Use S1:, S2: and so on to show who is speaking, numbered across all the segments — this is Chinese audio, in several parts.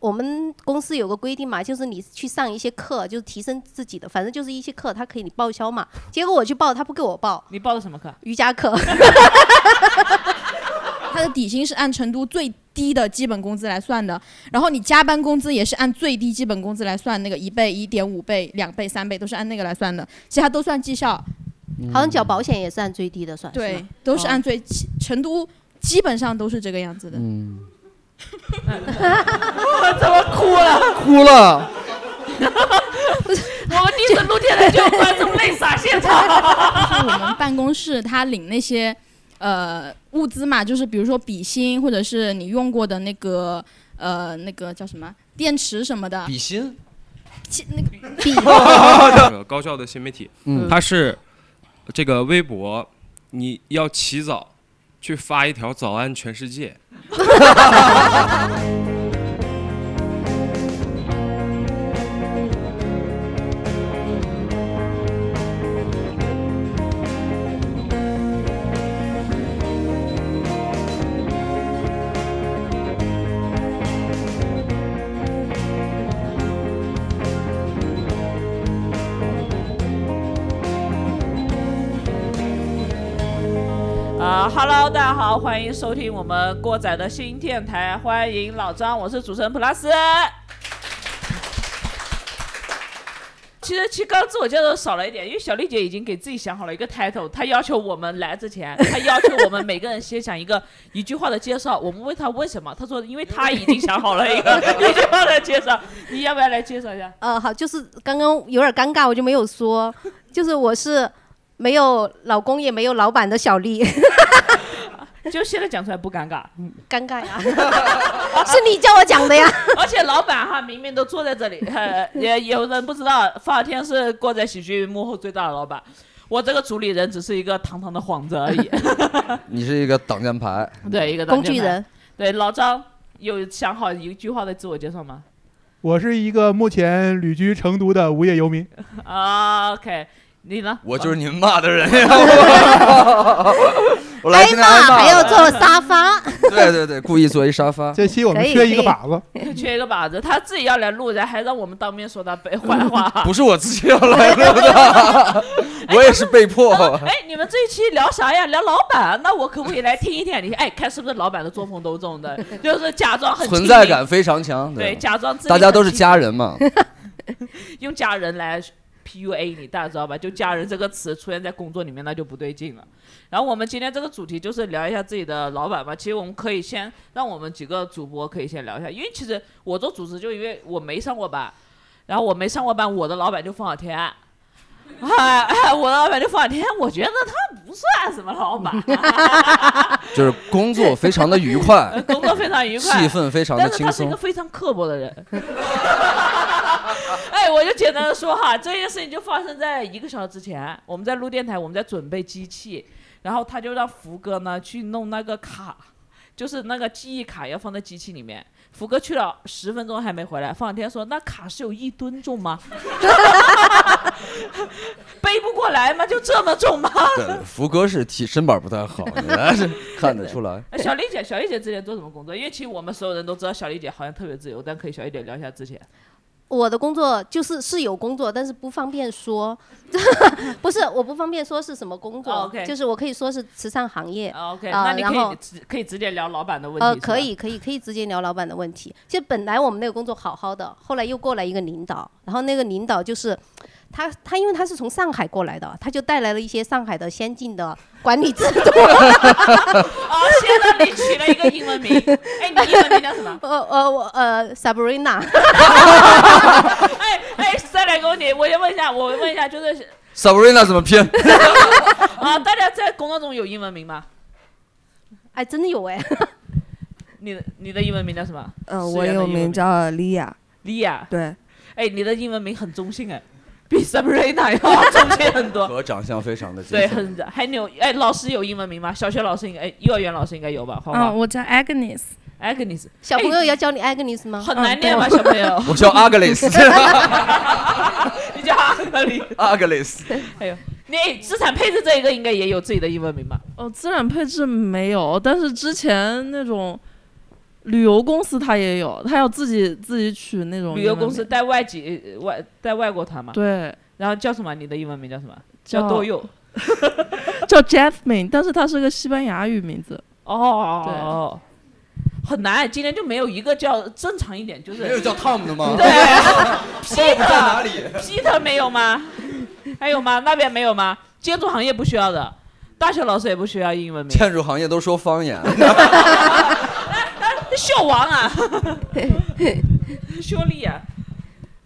S1: 我们公司有个规定嘛，就是你去上一些课，就是提升自己的，反正就是一些课，他可以你报销嘛。结果我去报，他不给我报
S2: 你报的什么课？
S1: 瑜伽课，
S3: 他的底薪是按成都最低的基本工资来算的，然后你加班工资也是按最低基本工资来算，那个一倍、一点五倍、两倍、三倍都是按那个来算的，其他都算绩效。嗯
S1: 好像缴保险也是按最低的算。是
S3: 对
S1: 吗，哦
S3: 都是按最、成都基本上都是这个样子的。
S4: 嗯，
S2: 我 怎么哭了？
S4: 哭了，
S2: 我们第一次录电台就有观众泪洒现场。
S3: 就是我们办公室他领那些呃物资嘛，就是比如说笔芯或者是你用过的那个呃那个叫什么电池什么的，
S5: 比心，
S3: 其那个
S5: 高校的新媒体，
S4: 嗯
S5: 它是这个微博，你要起早去发一条“早安全世界
S2: 啊哈喽，大家好，欢迎收听我们郭仔的新电台，欢迎老张，我是主持人普拉斯。其实，其实刚刚自我介绍少了一点，因为小丽姐已经给自己想好了一个 title，她要求我们来之前，她要求我们每个人先想一个一句话的介绍。我们问她为什么，她说因为她已经想好了一个 一句话的介绍。你要不要来介绍一下？
S1: 呃，好，就是刚刚有点尴尬，我就没有说，就是我是没有老公也没有老板的小丽，
S2: 就现在讲出来不尴尬。嗯啊
S1: 尴尬 呀，是你叫我讲的呀。
S2: 而且老板哈，明明都坐在这里， 呃，也有人不知道，范小天是过载喜剧幕后最大的老板，我这个主理人只是一个堂堂的幌子而 已。
S4: 你是一个挡箭牌，
S2: 对，一个当
S1: 工具
S2: 键盘。
S1: 人，
S2: 对，老张有想好一句话的自我介绍吗？
S6: 我是一个目前旅居成都的无业游 民。
S2: 啊，OK，你呢？
S4: 我就是 你们骂的人呀！我 我来
S1: 挨
S4: 今天挨
S1: 骂
S4: 骂
S1: 还要
S4: 了
S1: 坐沙发，
S4: 对对对，故意做一沙发，
S6: 这期我们
S1: 可以
S6: 缺一个
S1: 可以
S6: 靶子，
S2: 缺一个靶子，他自己要来录，然后还让我们当面说他背坏 话。
S4: 不是我自己要来录 的，我也是被迫。
S2: 哎，你们这一期聊啥呀？聊老板？那我可不可以来听一听？你哎，看是不是老板的作风都重的， 就是假装很
S4: 存
S2: 亲
S4: 在
S2: 民
S4: 感非常强，
S2: 对，假装自己
S4: 大家
S2: 很
S4: 都是
S2: 亲
S4: 家人 嘛，
S2: 用家人来 PUA 你，大家知道吧？就家人这个词出现在工作里面，那就不对劲了。然后我们今天这个主题就是聊一下自己的老板吧。其实我们可以先让我们几个主播可以先聊一下，因为其实我做主持就因为我没上过班，然后我没上过班，我的老板就冯小天。哎哎，我的老板就冯小天，我觉得他不算什么老板，
S4: 就是工作非常的愉快，
S2: 工作非常愉
S4: 气
S2: 快，
S4: 氛非常的
S2: 但是
S4: 轻
S2: 他是一个
S4: 松。
S2: 非常刻薄的人。 哎，我就简单的说哈，这件事情就发生在一个小时之前，我们在录电台，我们在准备机器，然后他就让福哥呢去弄那个卡，就是那个记忆卡要放在机器里面。福哥去了十分钟还没回来，方小天说：“那卡是有一吨重吗？ 背不过来吗？就这么重吗
S4: 对，福哥是体身板不太 好，你还是看得出来。？”
S2: 哎 小丽姐，小丽姐之前做什么工作？因为其实我们所有人都知道小丽姐好像特别自由，但可以小丽姐聊一下之前。
S1: 我的工作就是是有工作，但是不方便说， 不是我不方便说是什么工
S2: 哦
S1: 作
S2: ，OK，
S1: 就是我可以说是慈善行业。
S2: 啊 OK，、
S1: 啊
S2: 那你可
S1: 然
S2: 以
S1: 后
S2: 直可以直接聊老板的问题。
S1: 呃，
S2: 是吧
S1: 可。以，可以，可以直接聊老板的问题。其实本来我们那个工作好好的，后来又过来一个领导，然后那个领导就是他，他因为他是从上海过来的，他就带来了一些上海的先进的管理制度。？
S2: 哦，现在你取了一个英文名，哎，你英文名叫什么
S1: 呃呃，我呃，Sabrina，
S2: 哎哎，再来给我你，我先问一下，我问一下，就是
S4: Sabrina 怎么拼？
S2: 啊，大家在工作中有英文名吗？
S1: 哎，真的有哎，
S2: 你的你的英文名叫什么？
S7: 嗯，
S2: 是
S7: 我
S2: 原来
S7: 有
S2: 英文
S7: 名叫莉亚，
S2: 莉亚。
S7: 对，
S2: 哎，你的英文名很中性哎，比 Sabrina 要中 性很多。
S4: 和长相非常的接
S2: 对，
S4: 近。
S2: 很还有哎，老师有英文名吗？小学老师应该，哎，幼儿园老师应该有吧？花
S8: 啊，
S1: 嗯
S2: 花
S8: 我叫 Agnes，
S2: ，Agnes，
S1: 小朋友要教你嗯 Agnes 吗？
S2: 很难念吧，小朋友？
S4: 我叫 Agnes，Agnes
S2: 你叫 Agnes，你哎资产配置这一个应该呃也有自己的英文名吧？
S8: 哦，资产配置没有，但是之前那种
S7: 旅游公司他也有，他要自己自己取那种
S2: 旅游
S7: 英文
S2: 公司
S7: 名
S2: 带外籍呃外带外国团嘛，
S7: 对，
S2: 然后叫什么？你的英文名叫什么？
S7: 叫
S2: 多佑。
S7: 叫 Jasmine，但是它是个西班牙语名字。
S2: 哦哦
S7: 对
S2: 哦，很难，今天就没有一个叫正常一点，就是
S8: 没有叫 Tom 的吗？
S2: 对
S8: Tom 在哪
S2: ，Peter
S8: 里？
S2: Peter 没有吗？还有吗？那边没有吗？建筑行业不需要的，大学老师也不需要 英 文名。
S8: 建筑行业都说方言，
S2: 秀王啊， 秀丽啊，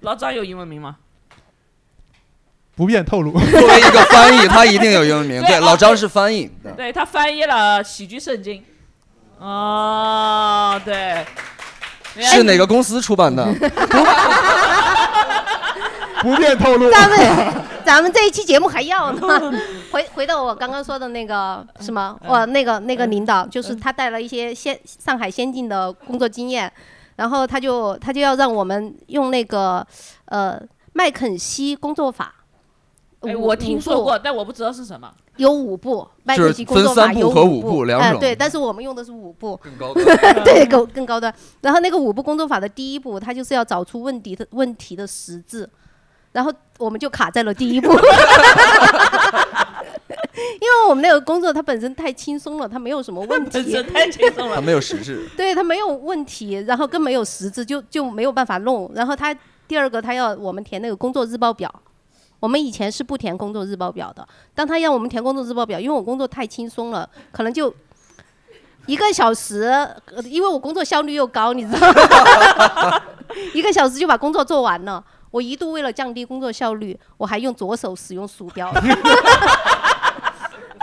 S2: 老张有英文名吗？
S6: 不便透露。
S8: 作为一个翻译，他一定有英文名。
S2: 对
S8: 对，
S2: 啊
S8: 老张是翻译。
S6: 嗯
S2: 对他翻译了《喜剧圣经》。哦，对，
S1: 哎
S8: 是哪个公司出版的？
S6: 不便透露。
S1: 咱们咱们这一期节目还要 呢。回回到我刚刚说的那个
S2: 嗯
S1: 什么，我那个那个领导，就是他带了一些先上海先进的工作经验，然后他就他就要让我们用那个呃麦肯锡工作法。
S2: 哎，
S1: 五
S2: 我听说，
S1: 五
S2: 过，
S1: 步
S2: 但我不知道是什么。
S1: 有五步，麦
S8: 就是
S1: 肯锡工作
S8: 分
S1: 法
S8: 三步
S1: 有
S8: 和
S1: 五
S8: 五步两
S1: 哎
S8: 种
S1: 对，但是我们用的是五步，
S8: 更高端。
S1: 对，更更高端。然后那个五步工作法的第一步，它就是要找出问题的问题的实质，然后我们就卡在了第一步，因 为我们那个工作它本身太轻松了，它没有什么问
S2: 真是
S1: 题，
S2: 太轻松
S8: 他
S2: 了。
S8: 没有实质。
S1: 对，它没有问题，然后更没有实质，就就没有办法弄。然后它第二个，它要我们填那个工作日报表。我们以前是不填工作日报表的，当他让我们填工作日报表，因为我工作太轻松了，可能就一个小时，呃因为我工作效率又高，你知道吗？一个小时就把工作做完了。我一度为了降低工作效率，我还用左手使用鼠标，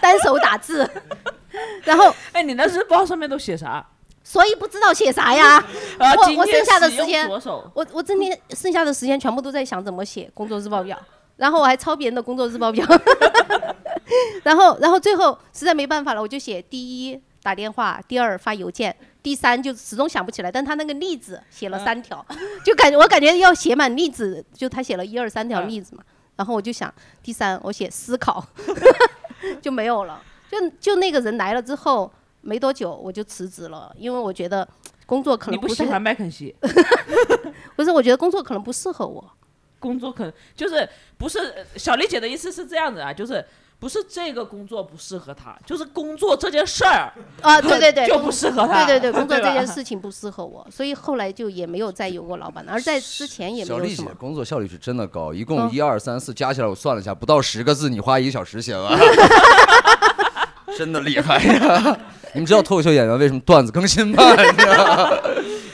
S1: 单手打字， 然后
S2: 哎，你那日报上面都写啥？
S1: 所以不知道写啥呀。
S2: 啊，
S1: 我
S2: 今
S1: 我
S2: 天
S1: 剩下的
S2: 使用
S1: 时间
S2: 左手。
S1: 我我今天剩下的时间全部都在想怎么写工作日报表，然后我还抄别人的工作日报表，然后然后最后实在没办法了，我就写第一打电话，第二发邮件，第三就始终想不起来，但他那个例子写
S2: 嗯
S1: 了三条，就感觉我感觉要写满例子，就他写了一二三条
S2: 嗯
S1: 例子嘛，然后我就想第三我写思考 就没有了，就就那个人来了之后没多久我就辞职了，因为我觉得工作可
S2: 你
S1: 能
S2: 不
S1: 不
S2: 喜
S1: 是
S2: 欢麦肯锡，
S1: 不是，我觉得工作可能不适合我。
S2: 工作可能就是不是小丽姐的意思是这样子啊，就是不是这个工作不适合她，就是工作这件事儿，
S1: 啊，对对对，
S2: 就
S1: 工
S2: 不适合她。
S1: 对对对，工作这
S2: 吧
S1: 件事情不适合我，所以后来就也没有再有过老板了，而在之前也没
S8: 小
S1: 有
S8: 丽
S1: 什
S8: 姐
S1: 么。
S8: 工作效率是真的高，一共
S1: 嗯
S8: 一二三四加起来，我算了一下，不到十个字，你花一个小时写 完，真的厉害呀！你们知道脱口秀演员为什么段子更新慢呀？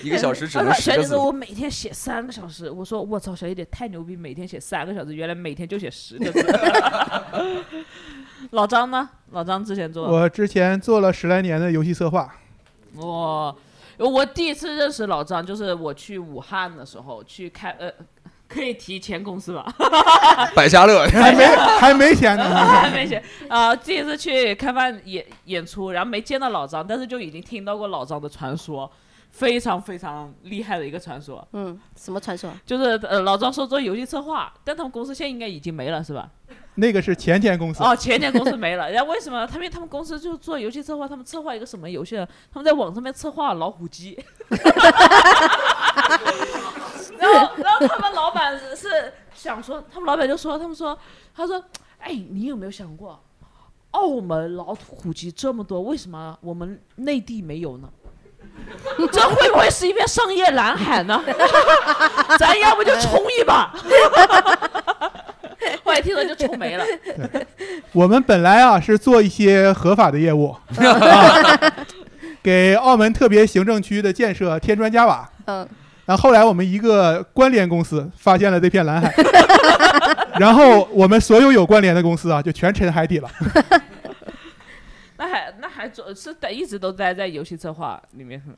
S8: 一个小时只
S2: 我
S8: 能
S2: 靠，
S8: 十
S2: 小
S8: 个
S2: 姐
S8: 字
S2: 说，。我每天写三个小时，我说我操，小姐姐太牛逼，每天写三个小时，原来每天就写十个字。 老张呢？老张之前做
S6: 我之前做了十来年的游戏策划，
S2: 我、哦我第一次认识老张，就是我去武汉的时候去开呃，可以提前公 司吧？
S8: 百家乐，
S6: 还没还没钱呢。
S2: 还没写啊，第一次去开放演演出，然后没见到老张，但是就已经听到过老张的传说，非常非常厉害的一个传说。
S1: 嗯，什么传 说？
S2: 就是呃，老张说做游戏策划，但他们公司现在应该已经没了，是吧？
S6: 那个是前前公司，
S2: 哦，前年公司没了， 然后为什么？他们他们公司就做游戏策划，他们策划一个什么游戏呢？他们在网上面策划老虎机。 然后， 然后他们老板是想说，他们老板就说，他们说，他说，哎，你有没有想过，澳门老虎机这么多，为什么我们内地没有呢？ 这会不会 是一片商业蓝海呢？ 咱要不就冲一把。 后来听说就冲没了。
S6: 我们本来啊是做一些合法的业 务，给澳门特别行政区的建设添砖加瓦。
S1: 嗯，
S6: 然后后来我们一个关联公司发现了这片蓝海， 然后我们所有有关联的公司啊就全沉海底了。
S2: 那还那还做是在一直都待在游戏策划里面是吗？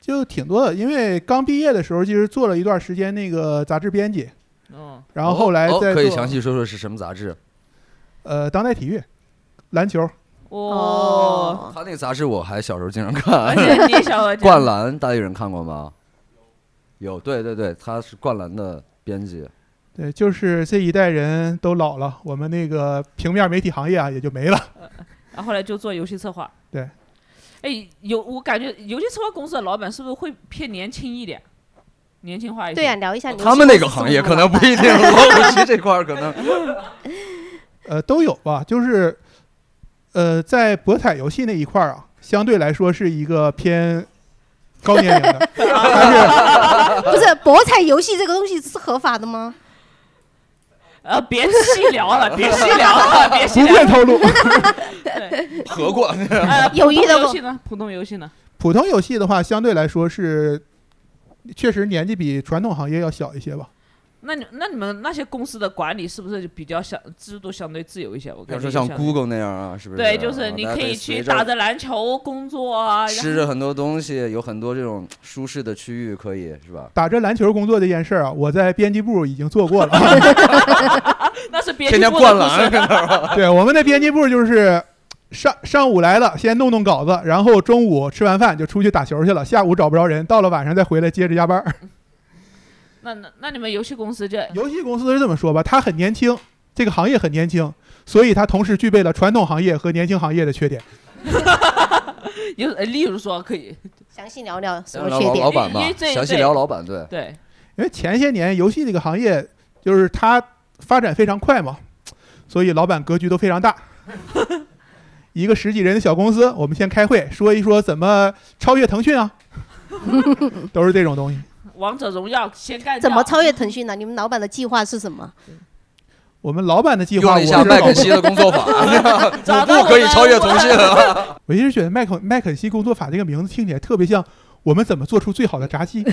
S6: 就挺多的，因为刚毕业的时候其实做了一段时间那个杂志编辑，
S2: 嗯，
S6: 然后后来
S8: 哦
S6: 再
S8: 可以
S6: 做
S8: 详细说说是什么杂志？
S6: 呃当代体育、篮球，
S2: 哦，，
S8: 他那个杂志我还小时候经常
S1: 啊
S8: 看，
S2: 你小何
S8: 《
S2: 姐
S8: 灌篮》，大家有人看过吗？有，对对对，他是《灌篮》的编辑。
S6: 对，就是这一代人都老了，我们那个平面媒体行业啊也就没了。
S2: 然后后来就做游戏策划。
S6: 对，
S2: 哎，有我感觉游戏策划公司的老板是不是会偏年轻一点，年轻化一
S1: 对呀、啊
S2: 点？
S1: 聊一下
S8: 哦他们那个行业可能不一 定，我估计这块儿可能
S6: 呃，都有吧，就是，呃，在博彩游戏那一块儿啊，相对来说是一个偏高年龄 的，
S1: 不是博彩游戏这个东西是合法的吗？
S2: 呃，别细聊了，别细聊了，别细
S6: 不
S2: 聊
S6: 便
S2: 了。
S6: 透露。
S8: 合过。
S2: 呃，普
S1: 有意
S2: 通
S1: 的
S2: 游
S1: 不
S2: 戏呢？普通游戏呢？
S6: 普通游戏的话，相对来说是确实年纪比传统行业要小一些吧。
S2: 那你那你们那些公司的管理是不是就比较相制度相对自由一些？我
S8: 比
S2: 感
S8: 如说
S2: 觉
S8: 像
S2: 就相
S8: Google 那样啊，是不是？
S2: 对，就是你可以去打
S8: 着
S2: 着篮球工作啊，然
S8: 吃着很多东西，有很多这种舒适的区域，可以是吧？
S6: 打着篮球工作这件事儿啊，我在编辑部已经做过了。
S2: 后那是别
S8: 天天灌篮，跟那 儿玩
S6: 对，我们的编辑部就是上上午来了，先弄弄稿子，然后中午吃完饭就出去打球去了，下午找不着人，到了晚上再回来接着加班儿。
S2: 那那那你们游戏公司就
S6: 游戏公司是这么说吧，它很年轻，这个行业很年轻，所以它同时具备了传统行业和年轻行业的缺点。
S2: 有，呃例如说可以
S1: 详细聊聊什
S8: 聊聊
S1: 么缺
S8: 老老
S1: 点？
S8: 板吧
S2: 因为，这
S8: 详细
S2: 对
S8: 聊老板，对，
S2: 对，
S6: 因为前些年游戏这个行业就是它发展非常快嘛，所以老板格局都非常大。一个十几人的小公司，我们先开会说一说怎么超越腾讯啊，都是这种东西。
S2: 王者荣耀先干掉
S1: 怎么超越腾讯呢？你们老板的计划是什么？
S6: 我们老板的计
S8: 用
S6: 划，
S8: 了
S6: 我
S8: 一
S6: 是
S8: 下麦
S6: 搞
S8: 肯锡的工作法，
S2: 找
S8: 五
S2: 到
S8: 步
S2: 我
S8: 可以
S2: 们
S8: 超越
S2: 我
S8: 腾讯啊。
S6: 我一直觉得麦肯麦肯锡工作法这个名字听起来特别像我们怎么做出最好的炸鸡。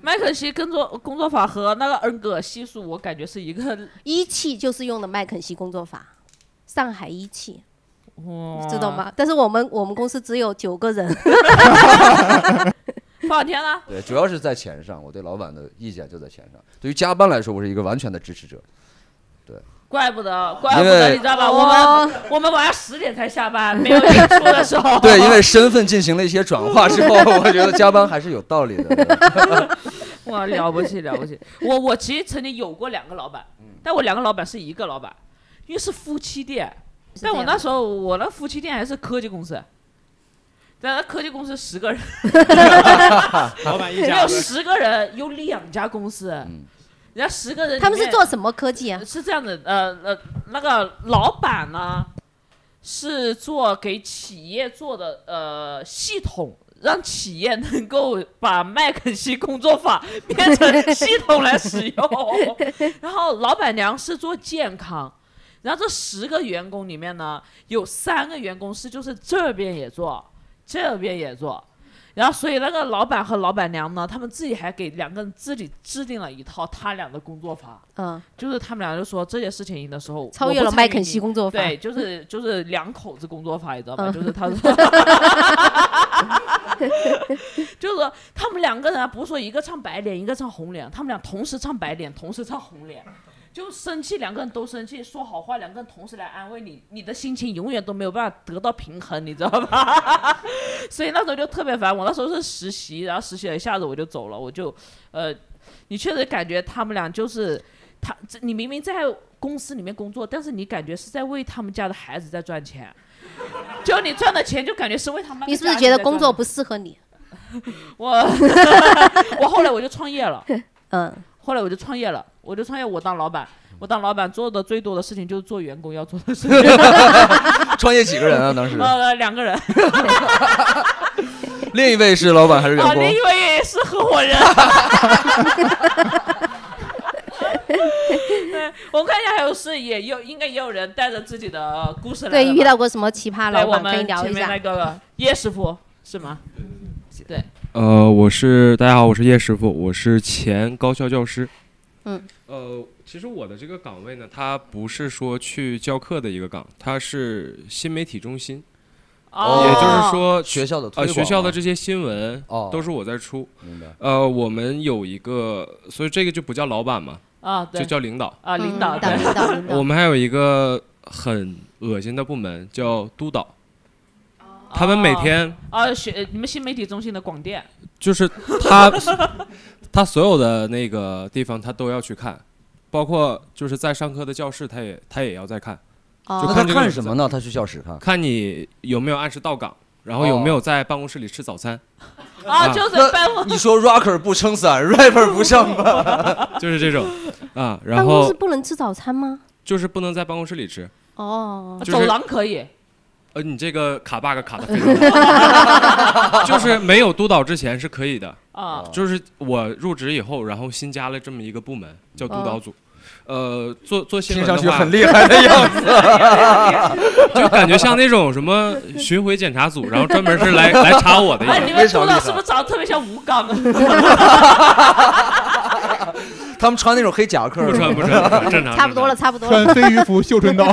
S2: 麦肯锡工作工作法和那个恩格系数，我感觉是一 个，
S1: 一汽就是用的麦肯锡工作法，上海一汽，
S2: 哇
S1: 知道？哦吗？但是我们我们公司只有九个人，
S2: 放天啊了，
S8: 对，主要是在钱上，我对老板的意见就在钱上。对于加班来说，我是一个完全的支持者。
S2: 怪不得，怪不
S8: 因
S2: 得，
S8: 为。
S2: 你知道吧？我
S1: 哦
S2: 们我们晚上十点才下班，没有演出的时候
S8: 对，因为身份进行了一些转化之后，我觉得加班还是有道理的对。
S2: 哇，了不起了不起！我我其实曾经有过两个老板，但我两个老板是一个老板，因为是夫妻店。但我那时候我那夫妻店还是科技公司，但那科技公司十个人，
S5: 老板一
S2: 没
S5: 家
S2: 有
S5: 子，
S2: 十个人，有两家公司，
S8: 嗯
S2: 人家十个人里面，
S1: 他们是做什么科技啊？
S2: 是这样的，呃呃，那个老板呢是做给企业做的呃系统，让企业能够把麦肯锡工作法变成系统来使 用。然后老板娘是做健康，然后这十个员工里面呢，有三个员工是就是这边也做，这边也做。然后，所以那个老板和老板娘呢，他们自己还给两个人自己制定了一套他俩的工作法。
S1: 嗯，
S2: 就是他们俩就说这件事情的时候，
S1: 超越了麦肯锡工作
S2: 作
S1: 法。
S2: 对，就是就是两口子工作法，你知道吗？
S1: 嗯
S2: 就是他说， 就是说他们两个人啊不是说一个唱白脸，一个唱红脸，他们俩同时唱白脸，同时唱红脸。就生气，两个人都生气，说好话，两个人同时来安慰 你，你的心情永远都没有办法得到平衡，你知道吧？ 所以那时候就特别烦。我那时候是实习，然后实习了一下子我就走了，我就，呃，你确实感觉他们俩就是他，这你明明在公司里面工作，但是你感觉是在为他们家的孩子在赚钱，就你赚的钱就感觉是为他们。
S1: 你是不是觉得工作？不适合你？
S2: 我我后来我就创业了。
S1: 嗯，
S2: 后来我就创业了，我就创业，我当老板，我当老板做的最多的事情就是做员工要做的事情，
S8: 创业几个人啊？当时
S2: 呃，两个人，啊，
S8: 另一位是老板还是员
S2: 啊另
S8: 工
S2: 一？位也是合伙人。 对，我看一下，还有是也有，应该也有人带着自己的故事来
S1: 对，
S2: 的
S1: 遇
S2: 吧
S1: 到过什么奇葩
S2: 对
S1: 老
S2: 我
S1: 板可以
S2: 们
S1: 聊
S2: 前
S1: 一
S2: 面那
S1: 下？
S2: 个叶师傅是吗？对，
S5: 呃，我是大家好，我是叶师傅，我是前高校教师。
S1: 嗯，
S5: 呃，其实我的这个岗位呢，它不是说去教课的一个岗，它是新媒体中心，
S2: 哦，
S5: 也就是说
S8: 学校的推
S5: 呃
S8: 广
S5: 学校的
S8: 吗
S5: 这些新闻
S8: 哦
S5: 都是我在出。
S8: 明白。
S5: 呃，我们有一个，所以这个就不叫老板嘛，
S2: 啊，
S5: 就
S2: 对，
S5: 叫领导。
S2: 啊，领导，
S1: 嗯领
S2: 对，
S1: 导，领导，
S5: 我们还有一个很恶心的部门叫督导，他们每天
S2: 啊，学你们新媒体中心的广电，
S5: 就是他他所有的那个地方他都要去看，包括就是在上课的教室他也他也要在看，
S1: 哦
S5: 就
S8: 那
S5: 看
S8: 他
S5: 这个
S8: 看什么呢？他去教室看。哦
S5: 看你有没有按时到岗。然后有没有在办公室里吃早餐？
S1: 哦
S2: 啊，
S5: 啊
S2: 就是办
S8: 那你说 rocker 不撑伞，rapper 不上班，
S5: 就是这 种啊。然
S1: 办公室
S5: 后
S1: 不能吃早餐吗？就是
S5: 不能在办公室里吃。
S1: 哦，
S5: 就是
S2: 啊走廊可以，
S5: 呃，你这个卡 bug 卡的非常好，就是没有督导之前是可以的。哦
S2: 啊，
S5: 就是我入职以后，然后新加了这么一个部门叫督
S2: 哦
S5: 导组，呃，做做新
S8: 听
S5: 闻
S8: 上
S5: 的
S8: 去
S5: 话，
S8: 很厉害的样子。
S5: 就感觉像那种什么巡回检查组，然后专门是来来查我的一
S2: 哎，你
S5: 样。
S2: 们
S8: 非常
S2: 督
S8: 厉
S2: 导
S8: 害
S2: 是不是长得特别像吴刚？
S8: 他们穿那种黑夹克，
S5: 不穿不穿，不穿正常
S1: 差不多了，。差不多了。
S6: 穿飞鱼服、绣 春刀，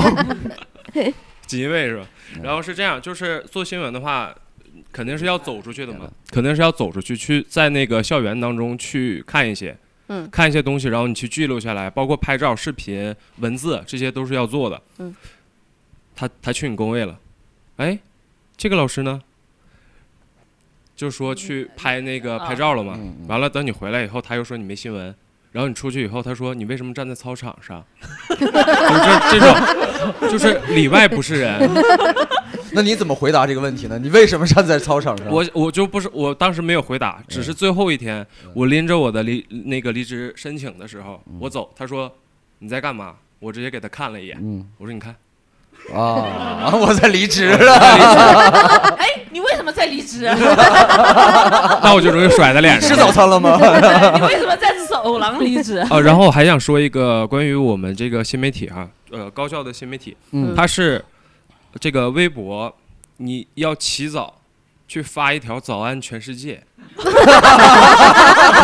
S5: 锦衣卫是吧？
S8: 嗯
S5: 然后是这样，就是做新闻的话，肯定是要走出去的嘛，肯定是要走出去，去在那个校园当中去看一些，
S1: 嗯
S5: 看一些东西，然后你去记录下来，包括拍照、视频、文字，这些都是要做的。
S1: 嗯，
S5: 他他去你工位了，哎，这个老师呢？就说去拍那个
S2: 啊
S5: 拍照了嘛，
S8: 嗯嗯
S5: 完了等你回来以后，他又说你没新闻，然后你出去以后，他说你为什么站在操场上？ 就是这这种，就是里外不是人，
S8: 那你怎么回答这个问题呢？你为什么站在操场上？
S5: 我我就不是，我当时没有回答，
S8: 嗯
S5: 只是最后一天，我拎着我的离那个离职申请的时候，
S8: 嗯
S5: 我走，他说你在干嘛？我直接给他看了一眼，
S8: 嗯
S5: 我说你看，
S8: 啊，我在离职了，
S2: 哎，你为什么在离职？
S5: 那我就容易甩在脸上。
S8: 吃早餐了吗？
S2: 你为什么在走廊离职？
S5: 啊， 然后我还想说一个关于我们这个新媒体哈、呃，高校的新媒体，
S8: 嗯
S5: 它是这个微博，你要起早去发一条“早安全世界”，不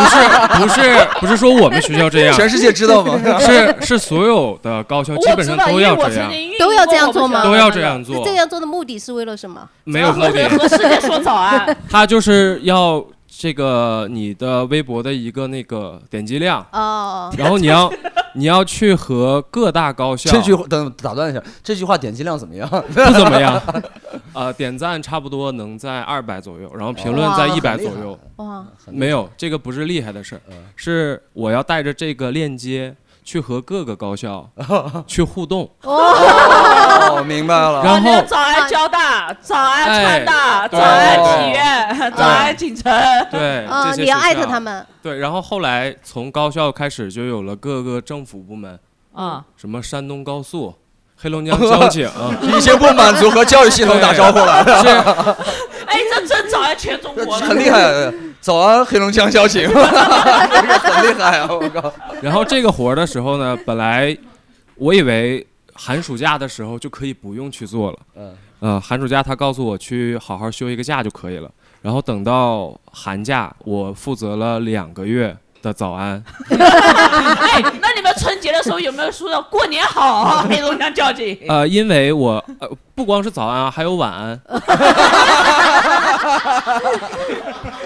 S5: 是不是不是说我们学校这样，
S8: 全世界知道吗？
S5: 是是所有的高校基
S2: 我
S5: 本
S2: 知
S5: 上
S2: 道，
S5: 都
S2: 因为
S5: 要
S2: 我
S5: 这
S2: 曾
S5: 样，
S2: 经
S1: 都要这样做吗
S5: 都要这样
S1: 那
S5: 做
S1: 这，样做的目的是为了什么？
S5: 没有目的。
S2: 和世界说早安，
S5: 他就是要这个你的微博的一个那个点击量，
S1: 哦，
S5: 然后你要你要去和各大高校
S8: 这句话等打断一下，这句话点击量怎么样？
S5: 不怎么样，呃，点赞差不多能在二百左右，然后评论在
S1: 哇
S5: 一百
S8: 很厉
S5: 左
S8: 害
S5: 右。
S1: 哇，
S5: 没有，这个不是厉害的事儿，
S8: 嗯
S5: 是我要带着这个链接去和各个高 校去互动，
S8: 哦，明白了。
S5: 然后
S2: 啊
S5: 哎
S2: 早安交大，早安川大，早安体院，早安锦城，
S5: 对
S1: 啊，
S5: 这些
S1: 你要
S5: 学
S1: 艾特
S5: 校
S1: 他们，
S5: 对，然后后来从高校开始就有了各个政府部门，
S2: 啊，
S5: 什么山东高速、黑 龙江交警，嗯
S8: 已经不满足和教育系统打招呼 了，
S5: 是
S2: 哎，这真早安全中 国
S8: 很
S2: 了，
S8: 厉害。早安，黑龙江交警，很厉害啊！我靠，
S5: 然后这个活儿的时候呢，本来我以为寒暑假的时候就可以不用去做了。
S8: 嗯，
S5: 呃，寒暑假他告诉我去好好休一个假就可以了。然后等到寒假，我负责了两个月的早安，
S2: 哎，那你们春节的时候有没有说到过年好，哎黑龙江交警？
S5: 呃，因为我呃不光是早安啊，还有晚安。
S1: 呃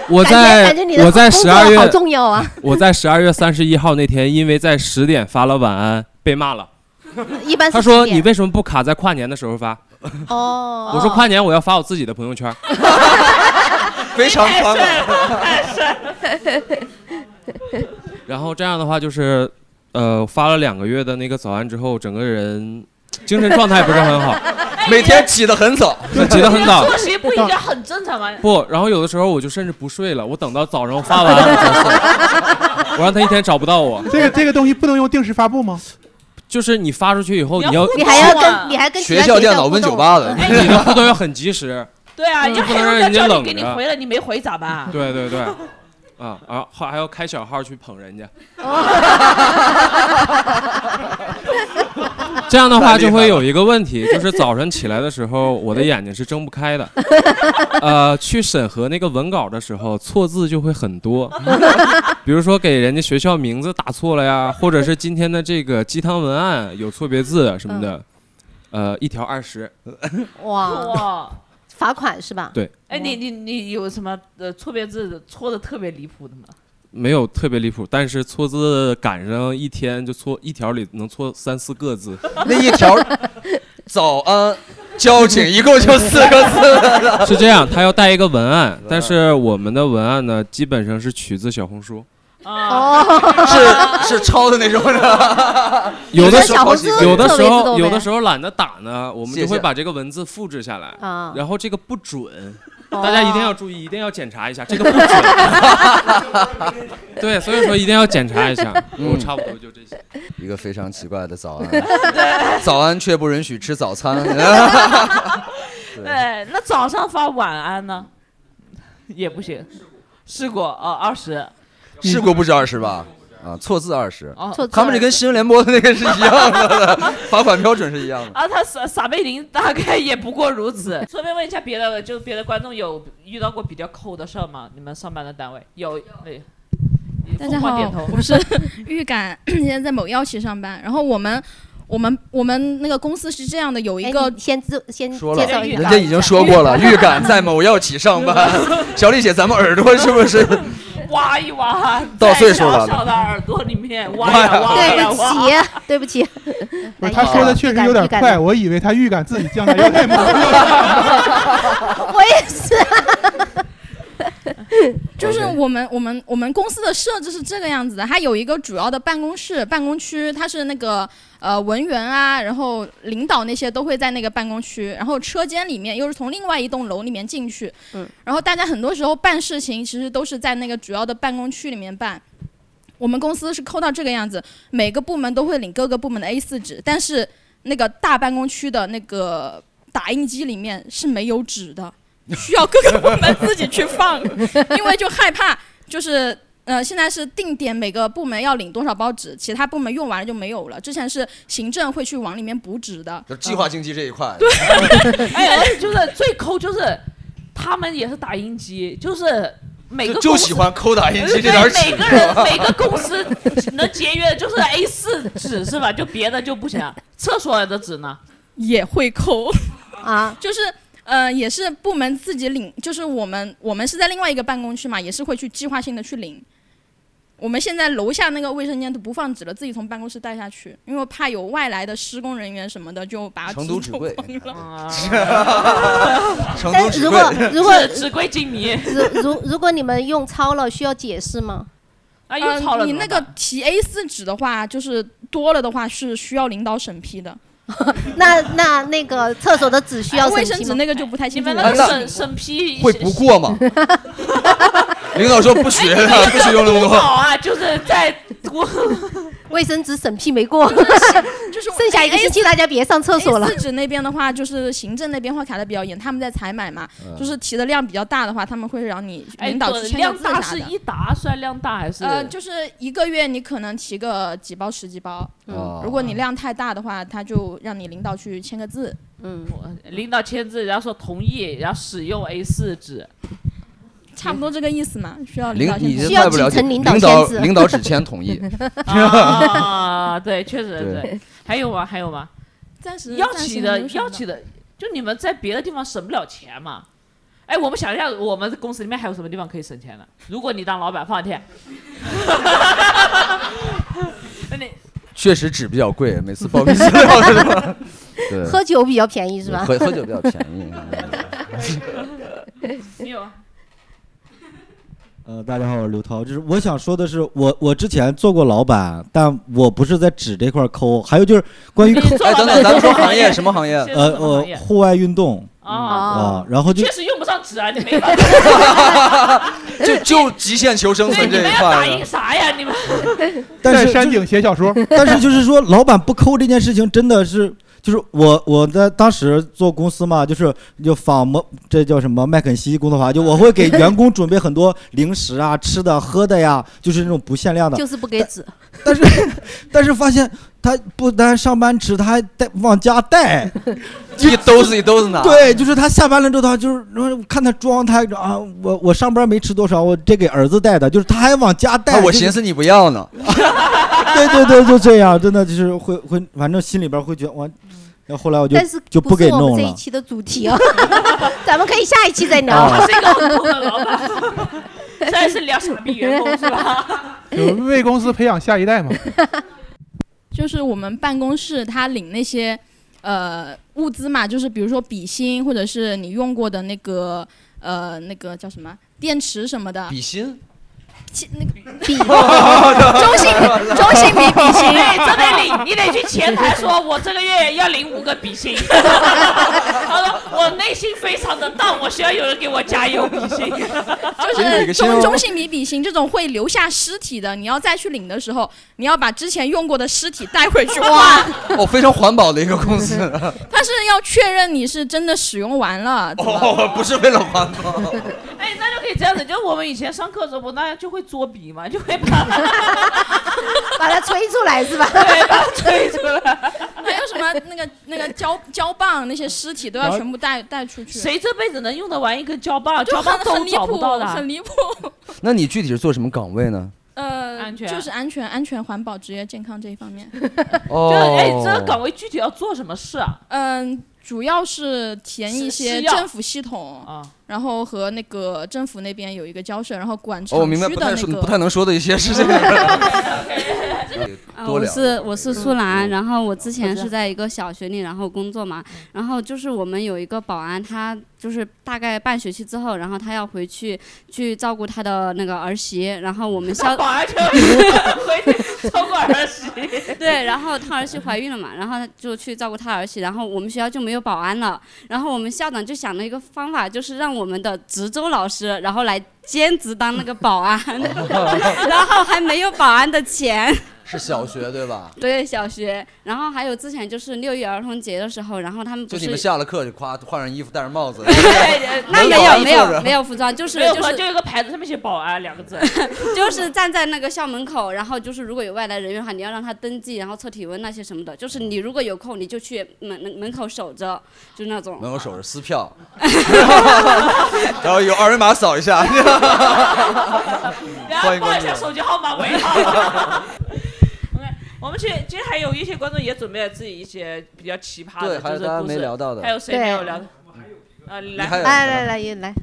S5: 我
S1: 感觉
S5: 在
S1: 感觉你
S5: 我
S1: 的
S5: 在
S1: 工
S5: 十
S1: 作
S5: 二
S1: 好
S5: 月
S1: 重要啊，
S5: 我在十二月三十一号那天，因为在十点发了晚安被骂了。
S1: 一般是
S5: 他说
S1: 10点
S5: 你为什么不卡在跨年的时候发？
S1: 哦，
S5: 我说跨年我要发我自己的朋友圈。
S8: 非常宽广。
S5: 然后这样的话就是，呃，发了两个月的那个早安之后，整个人精神状态不是很 好，
S2: 哎
S8: 每天起得很早，
S5: 起得很早。
S2: 作息不应该很正常啊吗？
S5: 不，然后有的时候我就甚至不睡了，我等到早上我发完我才 睡，我让他一天找不到我。
S6: 这个这个东西不能用定时发布吗？
S5: 就是你发出去以后，你
S2: 你
S5: 要
S2: 要啊
S1: 你还要
S2: 哇
S1: 跟你还跟其
S8: 学
S1: 他
S8: 校电脑
S1: 互
S8: 问
S1: 动啊
S8: 酒吧的，
S5: 你的互动要很及时。
S2: 哎
S5: 嗯
S2: 对啊，要
S5: 不
S2: 黑
S5: 能让
S2: 龙
S5: 人
S2: 江
S5: 家
S2: 交警
S5: 冷
S2: 给你
S5: 着
S2: 回了，你没回咋办？
S5: 对对对，啊，然后还还要开小号去捧人家。这样的话就会有一个问题， 就是早晨起来的时候，我的眼睛是睁不开的。呃，去审核那个文稿的时候，错字就会很多， 比如说给人家学校名字打错了呀，或者是今天的这个鸡汤文案有错别字什么的。呃，一条二十，
S1: 哇，
S2: 啊哇，
S1: 罚款是吧？
S2: 哦哎，你你你有什么呃错别字错的特别离谱的吗？
S5: 没有特别离谱，但是错字赶上一天就错一条里能错三四个字，
S8: 那一条早安交 警一共就四个字，
S5: 是这样，他要带一个文案，但是我们的文案呢，基本上是取自小红书，
S2: 啊，
S8: 是是抄的那种的。
S5: 有的
S1: 那
S5: 时
S1: 哦小
S5: 候
S1: 红书
S5: 有的时
S1: 特别自动
S5: 候
S1: 呗
S5: 有的时候懒得打呢，我们
S8: 谢
S5: 就
S8: 谢
S5: 会把这个文字复制下来，
S1: 啊，哦
S5: 然后这个不准，大家一定要注意，一定要检查一下，这个不 准。对，所以说一定要检查一下。
S8: 嗯
S5: 我差不多就 这些。
S8: 一个非常奇怪的早 安，早安却不允许吃早餐。
S2: 对，那早上发晚安呢，也不行。试过啊，二十
S8: 试过不止二十吧？啊，错字二十，
S2: 哦
S1: 错字
S8: 他们这跟新闻联播的那个是一样的，罚款标准是一样的。
S2: 啊，他撒撒贝宁大概也不过如此。 顺便问一下别的，就别的观众有遇到过比较抠的事儿吗？你们上班的单位有？对，
S3: 大家
S2: 疯狂
S3: 好
S2: 点头，
S3: 我是预感，现在在某药企上班。然后我们我们我们那个公司是这样的，有一
S1: 哎
S3: 个
S1: 你先自先
S8: 说了，
S1: 介绍一
S8: 人
S1: 下，
S8: 家已经说过了，预感在某药企上班。小丽姐，咱们耳朵是不是？
S2: 挖一挖，
S8: 到
S2: 在
S8: 岁数了
S2: 小小的耳朵里面挖呀挖
S1: 对
S2: 呀
S1: 不
S2: 挖。
S1: 起， 对不起。
S6: 不是
S1: 来
S6: 他说的确实有点，
S1: 预感
S6: 快，我以为他预感自己降下有点 慢。
S1: 预感我也是。
S3: 就是
S8: ，OK
S3: 我们我们我们公司的设置是这个样子的，它有一个主要的办公室办公区，它是那个呃文员啊，然后领导那些都会在那个办公区，然后车间里面又是从另外一栋楼里面进去，
S1: 嗯，
S3: 然后大家很多时候办事情其实都是在那个主要的办公区里面办。我们公司是抠到这个样子，每个部门都会领各个部门的 A 4纸，但是那个大办公区的那个打印机里面是没有纸的，需要各个部门自己去放。因为就害怕，就是呃，现在是定点每个部门要领多少包纸，其他部门用完了就没有了。之前是行政会去往里面补纸的，嗯
S8: 就计划经济这一块。
S2: 哎，而且 就是最抠，就是他们也是打印机，就是每个
S8: 就就
S2: 公司
S8: 喜欢抠打印机
S2: 对
S8: 这点儿
S2: 每
S8: 纸
S2: 个。人每个公司能节约的就是 A 4纸是吧？就别的就不 行。啊厕所的纸呢？
S3: 也会抠，
S1: 啊，
S3: 就是。呃，也是部门自己领，就是我们我们是在另外一个办公区嘛，也是会去计划性的去领。我们现在楼下那个卫生间都不放纸了，自己从办公室带下去，因为怕有外来的施工人员什么的，就把它
S8: 成都
S3: 纸
S8: 纸
S3: 走
S8: 贵
S3: 光 了。
S2: 啊，
S8: 成都
S2: 哎
S1: 但
S8: 纸
S1: 如
S8: 贵
S1: 果，如果
S2: 纸纸贵金 迷
S1: 如如如果你们用超了，需要解释吗？呃
S2: 啊，又
S3: 嗯，
S2: 超了
S3: 你
S2: 怎么
S3: 那
S2: 办。
S3: 个提 A 4纸的话，就是多了的话是需要领导审批的，
S1: 那那那个厕所的纸需要
S3: 卫
S1: 审
S3: 生
S1: 批
S3: 纸
S1: 吗？
S3: 那个就不太
S2: 你
S3: 清楚
S2: 们
S3: 了。
S2: 那个
S8: 那
S2: 审 审批
S8: 会不过吗？领导说不许了，啊不许用那么
S2: 不
S8: 多。
S2: 好啊，就是在我
S1: 卫生纸审批没过，
S3: 就是
S1: 哎剩下一个星期大家别上厕所了
S3: 哎 A。4纸那边的话，就是行政那边会卡的比较严，他们在采买嘛，就是提的量比较大的话，他们会让你
S2: 嗯哎，
S3: 领导
S2: 对
S3: 去签个
S2: 量
S3: 字
S2: 大
S3: 啥
S2: 是
S3: 的。
S2: 一沓算量大还是？
S3: 呃，就是一个月你可能提个几包十几包，
S2: 嗯
S8: 哦
S3: 如果你量太大的话，他就让你领导去签个字。
S1: 嗯，
S2: 领导签字，然后说同意，然后使用 A 4纸。
S3: 差不多这个意思嘛，需
S1: 哦
S3: 要领
S8: 领
S3: 导签
S8: 你
S3: 字。
S8: 这太不了
S1: 需要
S8: 解，
S1: 几层
S8: 领
S1: 领导
S8: 导
S1: 签字
S8: 领导只签同意，
S2: 啊，对，确实
S8: 对
S2: 对。还有吗？还有吗？
S3: 暂时
S2: 药
S3: 暂时没
S2: 企的
S3: 有想到
S2: 药企的，就你们在别的地方省不了钱嘛？哎，我们想一下，我们公司里面还有什么地方可以省钱呢？如果你当老板，放天，那你
S8: 确实纸比较贵，每次报备资料是 吧？对，
S1: 喝酒比较便宜是吧？
S8: 喝喝酒比较便宜。
S2: 你有 啊
S9: 呃，大家好，我是刘涛。就是我想说的是，我我之前做过老板，但我不是在纸这块儿抠，还有就是关于
S2: 你做
S8: 哎，
S2: 老
S8: 等
S2: 板
S8: 等，咱们说行业什么行业？
S2: 现在
S9: 呃
S2: 是什么行
S9: 呃
S2: 业
S9: 户外运动
S2: 啊，
S9: 啊、然后就
S2: 确实用不上纸啊，你没 法
S8: 就就极限求生
S2: 对，
S8: 存
S2: 你
S8: 这一
S2: 们要打
S8: 块
S2: 印
S8: 的。
S2: 啥呀？ 你们
S9: 但
S6: 在
S9: 是
S6: 山
S9: 就
S6: 顶写小说，
S9: 但是就是说，老板不抠这件事情真的是，就是我我在当时做公司嘛，就是就仿摩这叫什么麦肯锡工作法，就我会给员工准备很多零食啊、吃的、喝的呀，就是那种不限量的。
S1: 就是不给纸，
S9: 但是但是发现他不单上班吃，他还带往家 带。
S8: 一兜子一兜子拿，
S9: 对，就是他下班了之后，他就是然后看他装，他啊，我我上班没吃多少，我这给儿子带的，就是他还往家带。
S8: 哎，我
S9: 就是
S8: 寻思你不要 呢，
S9: 对对对，就这样，真的就是会会，反正心里边会觉得我。然后后来我就
S1: 但是
S9: 就
S1: 不
S9: 给
S1: 是我
S9: 弄
S1: 们这一
S9: 了。
S1: 期的主题啊，咱们可以下一期再聊。
S9: 啊，
S2: 这个普通的老板，现在是聊傻逼员工是吧？
S6: 就为公司培养下一代 嘛。
S3: 就是我们办公室他领那些呃物资嘛，就是比如说笔芯或者是你用过的那个呃那个叫什么电池什么 的，
S8: 比心
S3: 其那个中性中性笔笔芯，
S2: 哎这得领，你得去前台说，我这个月要领五个比心。 他说我内心非常的荡，我需要有人给我加油比心。
S3: 就是中中性米比心这种会留下尸体的，你要再去领的时候，你要把之前用过的尸体带回去挖，
S8: 哦，非常环保的一个公 司，
S3: 它是要确认你是真的使用完了。
S8: 哦，不是为了环保，
S2: 哎，那就可以这样子，就是我们以前上课的时候，不大家就会作比嘛，就会把
S1: 把它吹出来是吧？
S2: 对，把它吹出来。
S3: 还有什么那个那个胶胶棒，那些尸体都要全部带带出去。
S2: 谁这辈子能用得完一个胶棒？
S3: 就
S2: 胶
S3: 很
S2: 棒都
S3: 很离
S2: 找不
S3: 谱
S2: 到的，，啊
S3: 很离谱。
S8: 那你具体是做什么岗位呢？
S3: 呃，
S2: 安全
S3: 就是安全、安全、环保、职业健康这一方面。
S8: 哦，
S2: 就是哎，这个岗位具体要做什么事啊？
S3: 嗯，主要是填一
S2: 是
S3: 些
S2: 是要
S3: 政府系统，
S2: 啊，
S3: 然后和那个政府那边有一个交涉，然后管
S8: 哦，
S3: 厂
S8: 我
S3: 区
S8: 明白，不
S3: 的
S8: 太
S3: 那
S8: 说
S3: 个。
S8: 不太能说的一些事情。
S10: 啊，
S8: 多
S10: 我
S8: 聊
S10: 是我是苏兰，然后我之前
S2: 我知
S10: 是在一个小学里，然后工作嘛，然后就是我们有一个保安，他就是大概半学期之后，然后他要回去去照顾他的那个儿媳，然后我们消
S2: 保安就回去超过儿媳，
S10: 对，然后她儿媳怀孕了嘛，然后就去照顾她儿媳，然后我们学校就没有保安了，然后我们校长就想了一个方法，就是让我们的值周老师，然后来兼职当那个保安，然后还没有保安的钱，
S8: 是小学对吧？
S10: 对小学，然后还有之前就是六一儿童节的时候，然后他们
S8: 就
S10: 不
S8: 你们
S10: 是。
S8: 下了课就夸换上衣服戴上帽子，
S10: 那
S8: 门
S10: 没
S8: 口还
S10: 有没
S8: 坐着
S10: 有没有服装，就是
S2: 没有
S10: 就
S2: 吧
S10: 是
S2: 就有一个牌子上面写“保安”两个字。
S10: 就是站在那个校门口，然后就是如果有外来人员的话，你要让他登记，然后测体温那些什么的。就是你如果有空，你就去门门门口守着，就那种。
S8: 门口手是撕票， 然后有二维码扫一下。
S2: 然
S8: 欢
S2: 后
S8: 迎
S2: 报
S8: 光
S2: 一下
S8: 临
S2: 手机号码，尾 号。OK，我们其实其实还有一些观众也准备了自己一些比较奇葩
S8: 对，
S2: 的，
S8: 还
S2: 就
S8: 有
S2: 是
S8: 大家
S2: 故
S8: 没
S2: 事
S8: 聊到的
S2: 还，有谁
S1: 对哎
S2: 没有聊的？啊，
S8: 你还
S2: 来。
S8: 有
S1: 来来来，也来，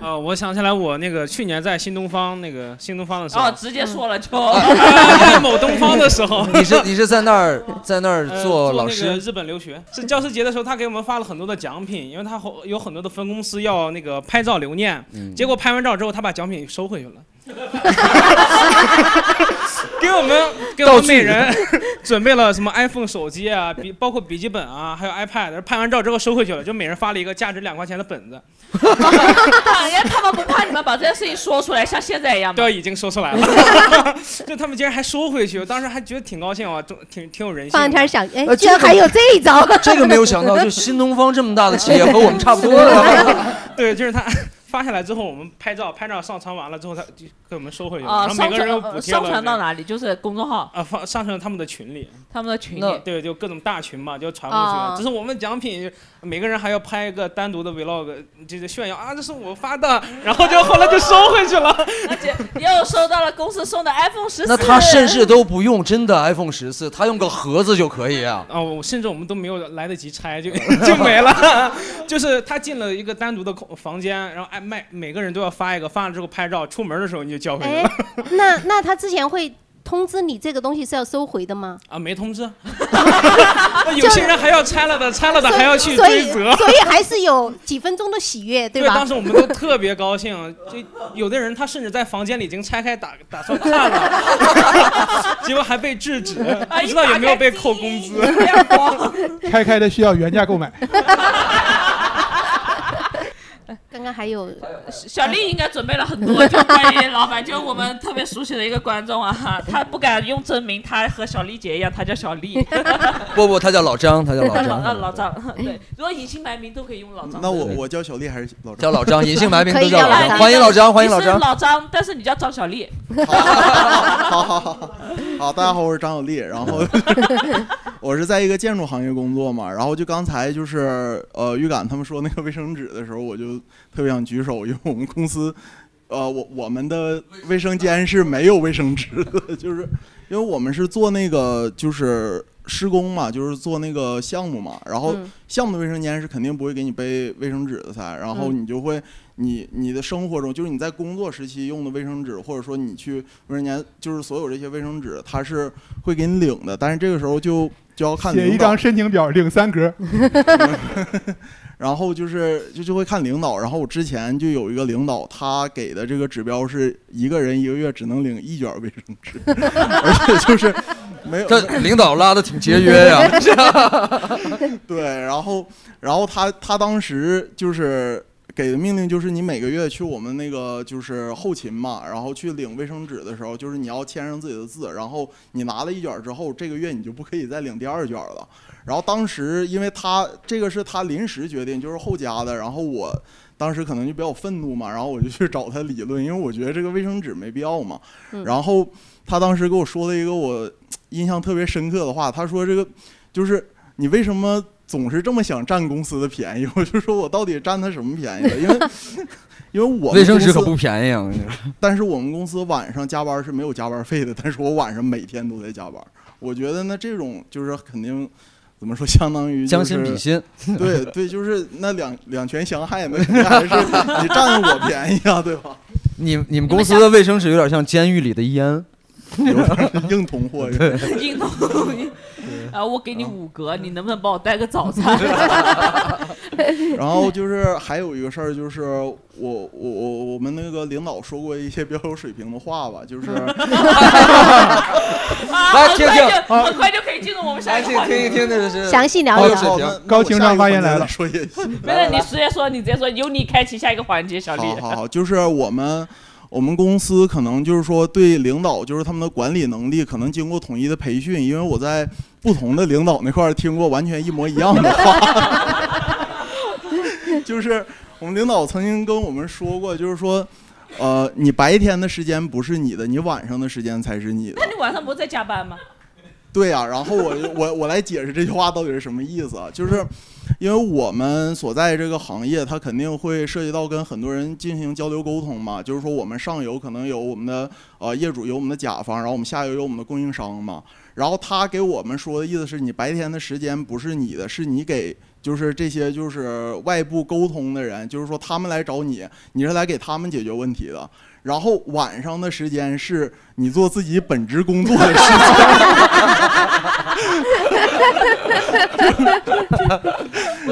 S11: 啊、我想起来，我那个去年在新东方那个新东方的时候，
S2: 哦，直接说
S1: 嗯
S2: 了就，
S11: 啊 在某东方的时候，
S8: 你是你是在那儿在那儿
S11: 呃
S8: 做
S11: 那
S8: 老
S11: 个
S8: 师，
S11: 日本留学是教师节的时候，他给我们发了很多的奖品，因为他后有很多的分公司要那个拍照留念，
S8: 嗯
S11: 结果拍完照之后，他把奖品收回去了，给 我们给我
S8: 道
S11: 们
S8: 具
S11: 每人 准备了什么 iPhone 手机啊，笔包括笔记本啊，还有 iPad，拍完照之后收回去了，就每人发了一个价值两块钱的本子，
S2: 人家哎他们不怕你们把这件事情说出来，像现在一样吗？
S11: 对，已经说出来了，就他们竟然还收回去，我当时还觉得挺高兴啊，中挺挺有人性
S1: 放
S11: 的。
S1: 天想，哎，
S8: 呃
S1: 居然
S8: 这个
S1: 还有这一招，
S8: 这个没有想到，就新东方这么大的企业和我们差不多 了。
S11: 对，就是他发下来之后，我们拍照，拍照上传完了之后，他就给我们收回去了，
S2: 啊，
S11: 然后每
S2: 上
S11: 个人
S2: 传
S11: 又
S2: 呃
S11: 补贴了。
S2: 上传到哪里？就是公众号
S11: 啊，放上传到他们的群里，
S2: 他们的群
S8: 那
S2: 里。
S11: 对，就各种大群嘛，就传过去了。
S1: 哦
S11: 这是我们奖品，每个人还要拍一个单独的 vlog，就是炫耀啊，这是我发的，然后就后来就收回去了。
S2: 而且又收到了公司送的 iPhone 十四。
S8: 那他甚至都不用真的 iPhone 十四，他用个盒子就可以啊。
S11: 啊，我甚至我们都没有来得及拆，就 就没了。 就是他进了一个单独的空房间，然后哎，每每个人都要发一个，发了之后拍照，出门的时候你就交回去
S1: 哎
S11: 了。，
S1: 那那他之前会通知你这个东西是要收回的吗？
S11: 啊，没通 知。那有些人还要拆了的，拆了的还要去
S1: 所以
S11: 追责。
S1: 所以还是有几分钟的喜悦，
S11: 对
S1: 吧
S11: 当？时我们都特别高兴，啊就有的人他甚至在房间里已经拆开打打算看了， 结果还被制止，
S2: 啊
S11: 不知道有没有被扣工资。。
S2: 哎一打开叮亮光
S6: 开开的需要原价购买。
S1: 刚刚还有
S2: 小丽应该准备了很多，就关于老板，就我们特别熟悉的一个观众啊，他不敢用真名，他和小丽姐一样，他叫小丽，
S8: 不不，他叫老张，他叫老
S2: 老 呃
S8: 张，
S2: 老张，对，如果隐姓埋名都可以用老张。
S12: 那我我叫小丽还是老
S8: 嗯叫
S12: 张？
S8: 老张，隐姓 埋名
S1: 可
S8: 都
S1: 以
S8: 叫
S1: 叫
S8: 老
S1: 老
S8: 张。
S1: 张
S8: 欢迎老张，欢迎
S2: 你
S8: 老
S2: 是
S8: 张。
S2: 老张，但是你叫张小丽，
S12: 好好好好， 好，大家好，我是张小丽，然后 我是在一个建筑行业工作嘛，然后就刚才就是呃预感他们说那个卫生纸的时候，我就特别想举手，因为我们公司呃我我们的卫生间是没有卫生纸的， 就是因为我们是做那个就是施工嘛，就是做那个项目嘛，然后
S1: 嗯
S12: 项目的卫生间是肯定不会给你备卫生纸的噻，然后
S1: 嗯
S12: 你就会，你你的生活中，就是你在工作时期用的卫生纸，或者说你去卫生间，就是所有这些卫生纸，它是会给你领的，但是这个时候就就要看
S6: 写一
S12: 领导
S6: 张，申请表，领三 格。
S12: 然后就是就就会看领导，然后我之前就有一个领导，他给的 这个指标是一个人一个月只能领一卷卫生纸，而且就是。没有
S8: 这领导拉的挺节约 呀是吧
S12: 对，然后然后他他当时就是给的命令就是你每个月去我们那个就是后勤嘛，然后去领卫生纸的时候，就是你要签上自己的字，然后你拿了一卷之后，这个月你就不可以再领第二卷了。然后当时因为他这个是他临时决定，就是后加的，然后我。当时可能就比较愤怒嘛，然后我就去找他理论，因为我觉得这个卫生纸没必要嘛。
S13: 嗯
S12: 然后他当时给我说了一个我印象特别深刻的话，他说这个就是你为什么总是这么想占公司的便宜？我 就说我到底占他什么便宜了？因为因为我们
S8: 卫生纸可
S12: 公司
S8: 不便宜啊！
S12: 但是我们公司晚上加班是没有加班费的，但是我晚上每天都在加班。我觉得那这种就是肯定怎么说，相当于、就是、
S8: 将心比心
S12: 对对，就是那两两全相害 嘛，那还是你占了我便宜啊，对吧？
S8: 你你们公司的卫生纸有点像监狱里的烟，
S12: 硬通货。
S2: 硬通货啊，我给你五格，你能不能帮我带个早餐？
S12: 然后就是还有一个事儿，就是我我我我们那个领导说过一些比较有水平的话吧， 就是
S2: 啊，很快就很快就可以进入我们下一个话题。
S1: 详细聊一聊
S12: 好那
S6: 高情商发言来
S12: 来
S6: 了
S12: 说也行。
S2: 没事，你直接说，你直接说，由你开启下一个环节，小李。
S12: 好好好，就是我们我们公司可能就是说对领导就是他们的管理能力，可能经过统一的培训，因为我在不同的领导那块儿听过完全一模一样的话， 就是我们领导曾经跟我们说过，就是说。呃，你白天的时间不是你的，你晚上的时间才是你的
S2: 那。你晚上不是在加班吗？
S12: 对呀、然后我就我我来解释这句话到底是什么意思啊？就是因为我们所在这个行业，它肯定会涉及到跟很多人进行交流沟通嘛。就是说，我们上游可能有我们的呃业主，有我们的甲方，然后我们下游有我们的供应商嘛。然后他给我们说的意思是你白天的时间不是你的，是你给就是这些就是外部沟通的人，就是说他们来找你，你是来给他们解决问题的。然后晚上的时间是你做自己本职工作的时间。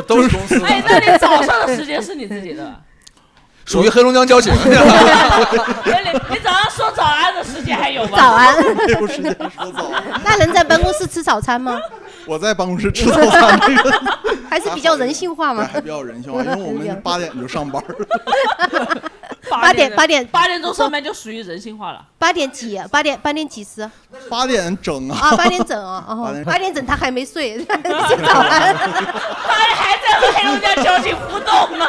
S8: 都是公司
S2: 哎，那你早上的时间是你自己的，
S8: 属于黑龙江交 警。
S2: 哎你早上说早安的时间还有吗？
S1: 早安
S12: 没有时间说早安。
S1: 那能在办公室吃早 餐吗？
S12: 我在办公室吃早 餐，这个
S1: 还是比较人性化嘛。
S12: 还比较人性化，因为我 们八点就上班儿。
S1: 八点八点
S2: 八点钟上班就属于人性化了。
S1: 八点几？啊八点八点几十？
S12: 八点整啊！
S1: 啊，八点整啊！
S12: 八
S1: 哦
S12: 点，整
S1: 八点整他还没睡， 吃早安。
S2: 还在和黑龙江交警互动呢。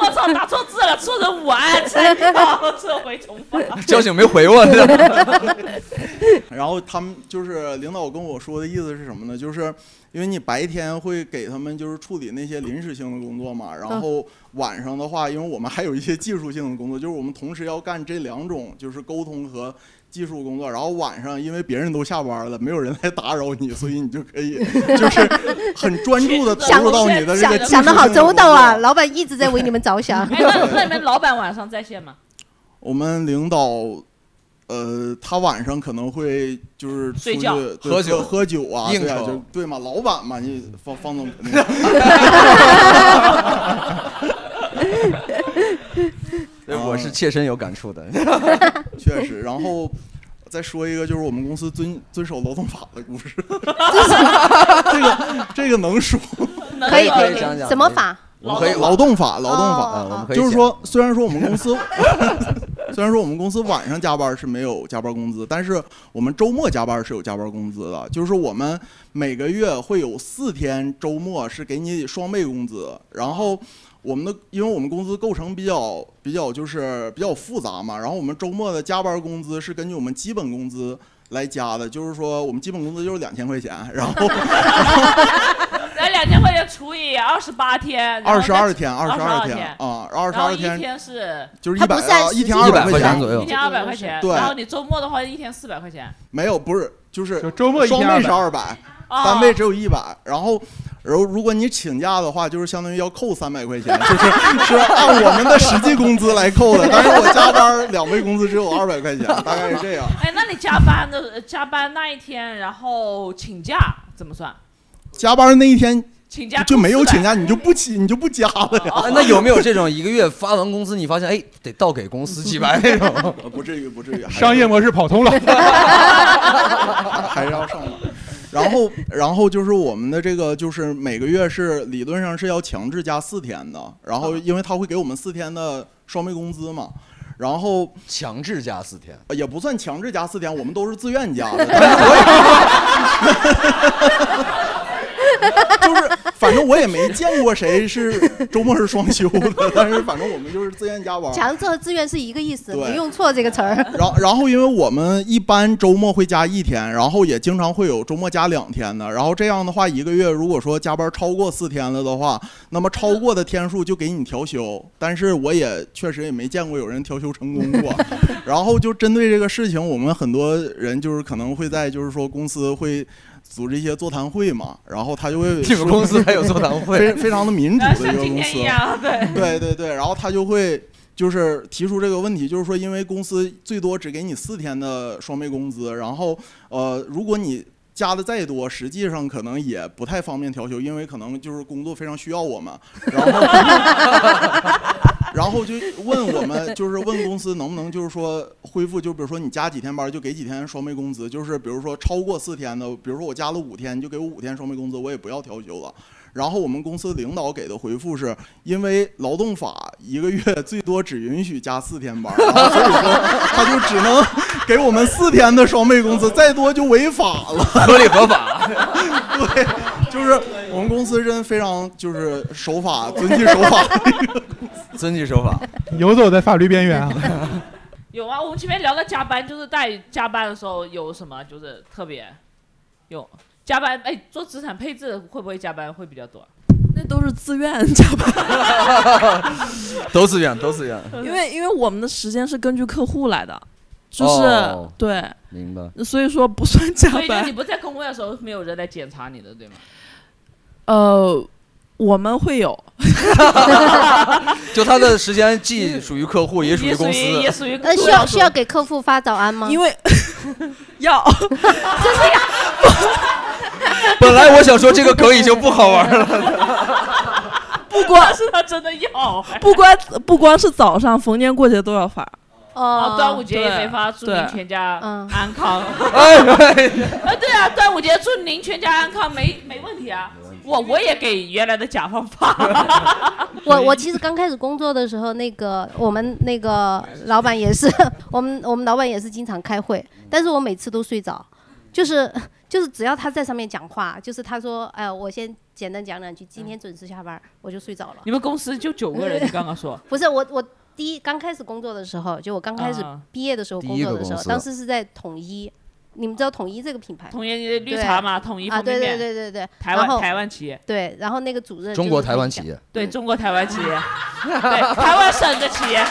S2: 我操，打错字了，说成午安，才好， 这回重发。
S8: 交警没回我呢。
S12: 然后他们就是领导跟我说的意思是什么呢？就是因为你白天会给他们就是处理那些临时性的工作
S8: 嗯
S12: 嘛，然后晚上的话，因为我们还有一些技术性的工作，就是我们同时要干这两种，就是沟通和。技术工作，然后晚上因为别人都下班了，没有人来打扰你，所以你就可以 就是很专注的投
S1: 想
S12: 入到你的这个
S1: 想
S12: 技术
S1: 想的好
S12: 性的
S1: 周
S12: 工
S1: 到
S12: 作
S1: 啊，老板一直在为你们着想。
S2: 哎，那那你们老板晚上在线吗？
S12: 我们领导，呃，他晚上可能会就是出
S2: 睡
S12: 去
S2: 觉
S12: 对
S8: 喝酒
S12: 喝酒啊，
S8: 应
S12: 对啊，
S8: 酬
S12: 就对嘛，老板嘛，你方方总肯 定。
S8: 对我是切身有感触的。
S12: 啊 确实，然后再说一个，就是我们公司遵遵守劳动法的故事。这个这个能说？
S1: 可以
S8: 可以
S1: 可以
S8: 讲讲
S1: 什
S12: 嗯
S1: 么法？
S8: 我们可以
S12: 劳动法，劳动
S8: 哦
S12: 法
S8: 哦，我们可以
S12: 就是
S8: 讲
S12: 说，虽然说我们公司， 虽然说我们公司晚上加班是没有加班工资，但是我们周末加班是有加班工资的。就是我们每个月会有四天周末是给你双倍工资，然后。我们的，因为我们公司构成比较比较就是比较复杂嘛，然后我们周末的加班工资是根据我们基本工资来加的，就是说我们基本工资就是两千块钱，然后
S2: 来两千块钱除以二十八天，
S12: 二十二天，
S2: 二
S12: 二十
S2: 二
S12: 二天啊，二十
S2: 然后
S12: 二
S2: 一天是
S12: 就是
S2: 它
S12: 一百
S2: 不
S12: 呃
S2: 算
S12: 一
S2: 时
S12: 天
S2: 间
S12: 200块
S8: 100
S12: 钱
S8: 左右
S2: 一天二百块钱，
S12: 对
S2: 然后你周末的话一天四百块钱，
S12: 没有，不是，就是
S6: 周末一天
S12: 双倍是
S6: 200
S12: 二百，
S2: 哦
S12: 单位只有一百。然后，然后如果你请假的话，就是相当于要扣三百块钱，就是是按我们的实际工资来扣的。但是我加班两倍工资只有二百块钱，大概是这样。
S2: 哎，那你加班的加班那一天，然后请假怎么算？
S12: 加班那一天
S2: 请假
S12: 就没有请假，你就不请，你就不加了
S2: 哦
S12: 呀。
S8: 啊那有没有这种一个月发完工资，你发现 哎得倒给公司几百那种？
S12: 不至于，不至于。
S6: 商业模式跑通了，
S12: 还是要上班。 然后，然后就是我们的这个，就是每个月是理论上是要强制加四天的，然
S8: 嗯
S12: 后因为他会给我们四天的双倍工资嘛。然后呃
S8: 强制加四天，
S12: 也不算强制加四天，我们都是自愿加 的。但是我也就是，反正我也没见过谁是周末是双休的，但是反正我们就是自愿加班。
S1: 强制和自愿是一个意思，
S12: 对
S1: 你用错这个词儿。
S12: 然后，然后因为我们一般周末会加一天，然后也经常会有周末加两天的。然后这样的话，一个月如果说加班超过四天了的话，那么超过的天数就给你调休。但是我也确实也没见过有人调休成功过。然后就针对这个事情，我们很多人就是可能会在就是说公司会。组织一些座谈会嘛，然后他就会
S8: 你们公司还有座谈 会
S12: 非非常的民主的一个公
S2: 啊像今
S12: 司
S2: 天一样，对
S12: 对对对，然后他就会就是提出这个问题，就是说，因为公司最多只给你四天的双倍工资，然后呃，如果你加的再多，实际上可能也不太方便调休，因为可能就是工作非常需要我们，然后然后就问我们，就是问公司能不能就是说恢复，就比如说你加几天班就给几天双倍工资，就是比如说超过四天的，比如说我加了五天，你就给我五天双倍工资，我也不要调休了。然后我们公司领导给的回复是，因为劳动法一个月最多只允许加四天班，然后所以说他就只能给我们四天的双倍工资，再多就违法了，
S8: 合理合法。
S12: 对，就是我们公司真非常就是守法、遵纪守法的一个公司，
S8: 遵纪守法。
S6: 游走在法律边缘啊！
S2: 有啊，我们前面聊了加班，就是在加班的时候有什么就是特别有加班，哎，做资产配置会不会加班会比较多？ 啊
S7: 那都是自愿加班，
S8: 都自愿，都自愿。
S7: 因为因为我们的时间是根据客户来的，就是、
S8: 哦
S7: 对，
S8: 明白。
S7: 所以说不算 加
S2: 所以就
S7: 班
S2: 你。不在工位的时候，没有人来检查你的，对吗？
S7: 呃，我们会有，
S8: 就他的时间既属于客户，也属于公司，
S1: 那呃需要需要给客户发早安吗？因
S7: 为要，
S8: 本来我想说这个梗已经不好玩了，
S7: 不光
S2: 但是他真的要，哎
S7: 不光不光是早上，逢年过节都要发。
S2: 哦，端午节也
S7: 对
S2: 没发，祝您
S7: 对
S2: 全家安康。
S8: 哎哎
S2: 啊，对啊，端午节祝您全家安康，没没问题啊。我我也给原来的甲 方发，
S1: 我我其实刚开始工作的时候，那个我们那个老板也是， 我们我们老板也是经常开会，但是我每次都睡着，就是就是只要他在上面讲话，就是他说，哎、我先简单讲两句，今天准时下班，我就睡着了。
S2: 你们公司就九个人，你刚刚说
S1: 不是我我第一刚开始工作的时候，就我刚开始
S2: 啊
S1: 毕业的时候
S2: 第
S1: 工
S2: 一
S1: 作
S2: 个
S1: 的时
S2: 公
S1: 候，
S2: 司
S1: 当时是在统一，你们知道统一这个品牌吗？
S2: 统一绿
S1: 对
S2: 茶嘛，统一
S1: 啊，
S2: 方便
S1: 对
S2: 面，
S1: 对对对对，
S2: 台
S1: 然
S2: 湾
S1: 后
S2: 台湾企业，
S1: 对，然后那个主任
S8: 中
S1: 就
S8: 国
S1: 是
S8: 台湾
S1: 讲
S8: 企业，
S2: 对中国台湾企业，对台湾省的企业，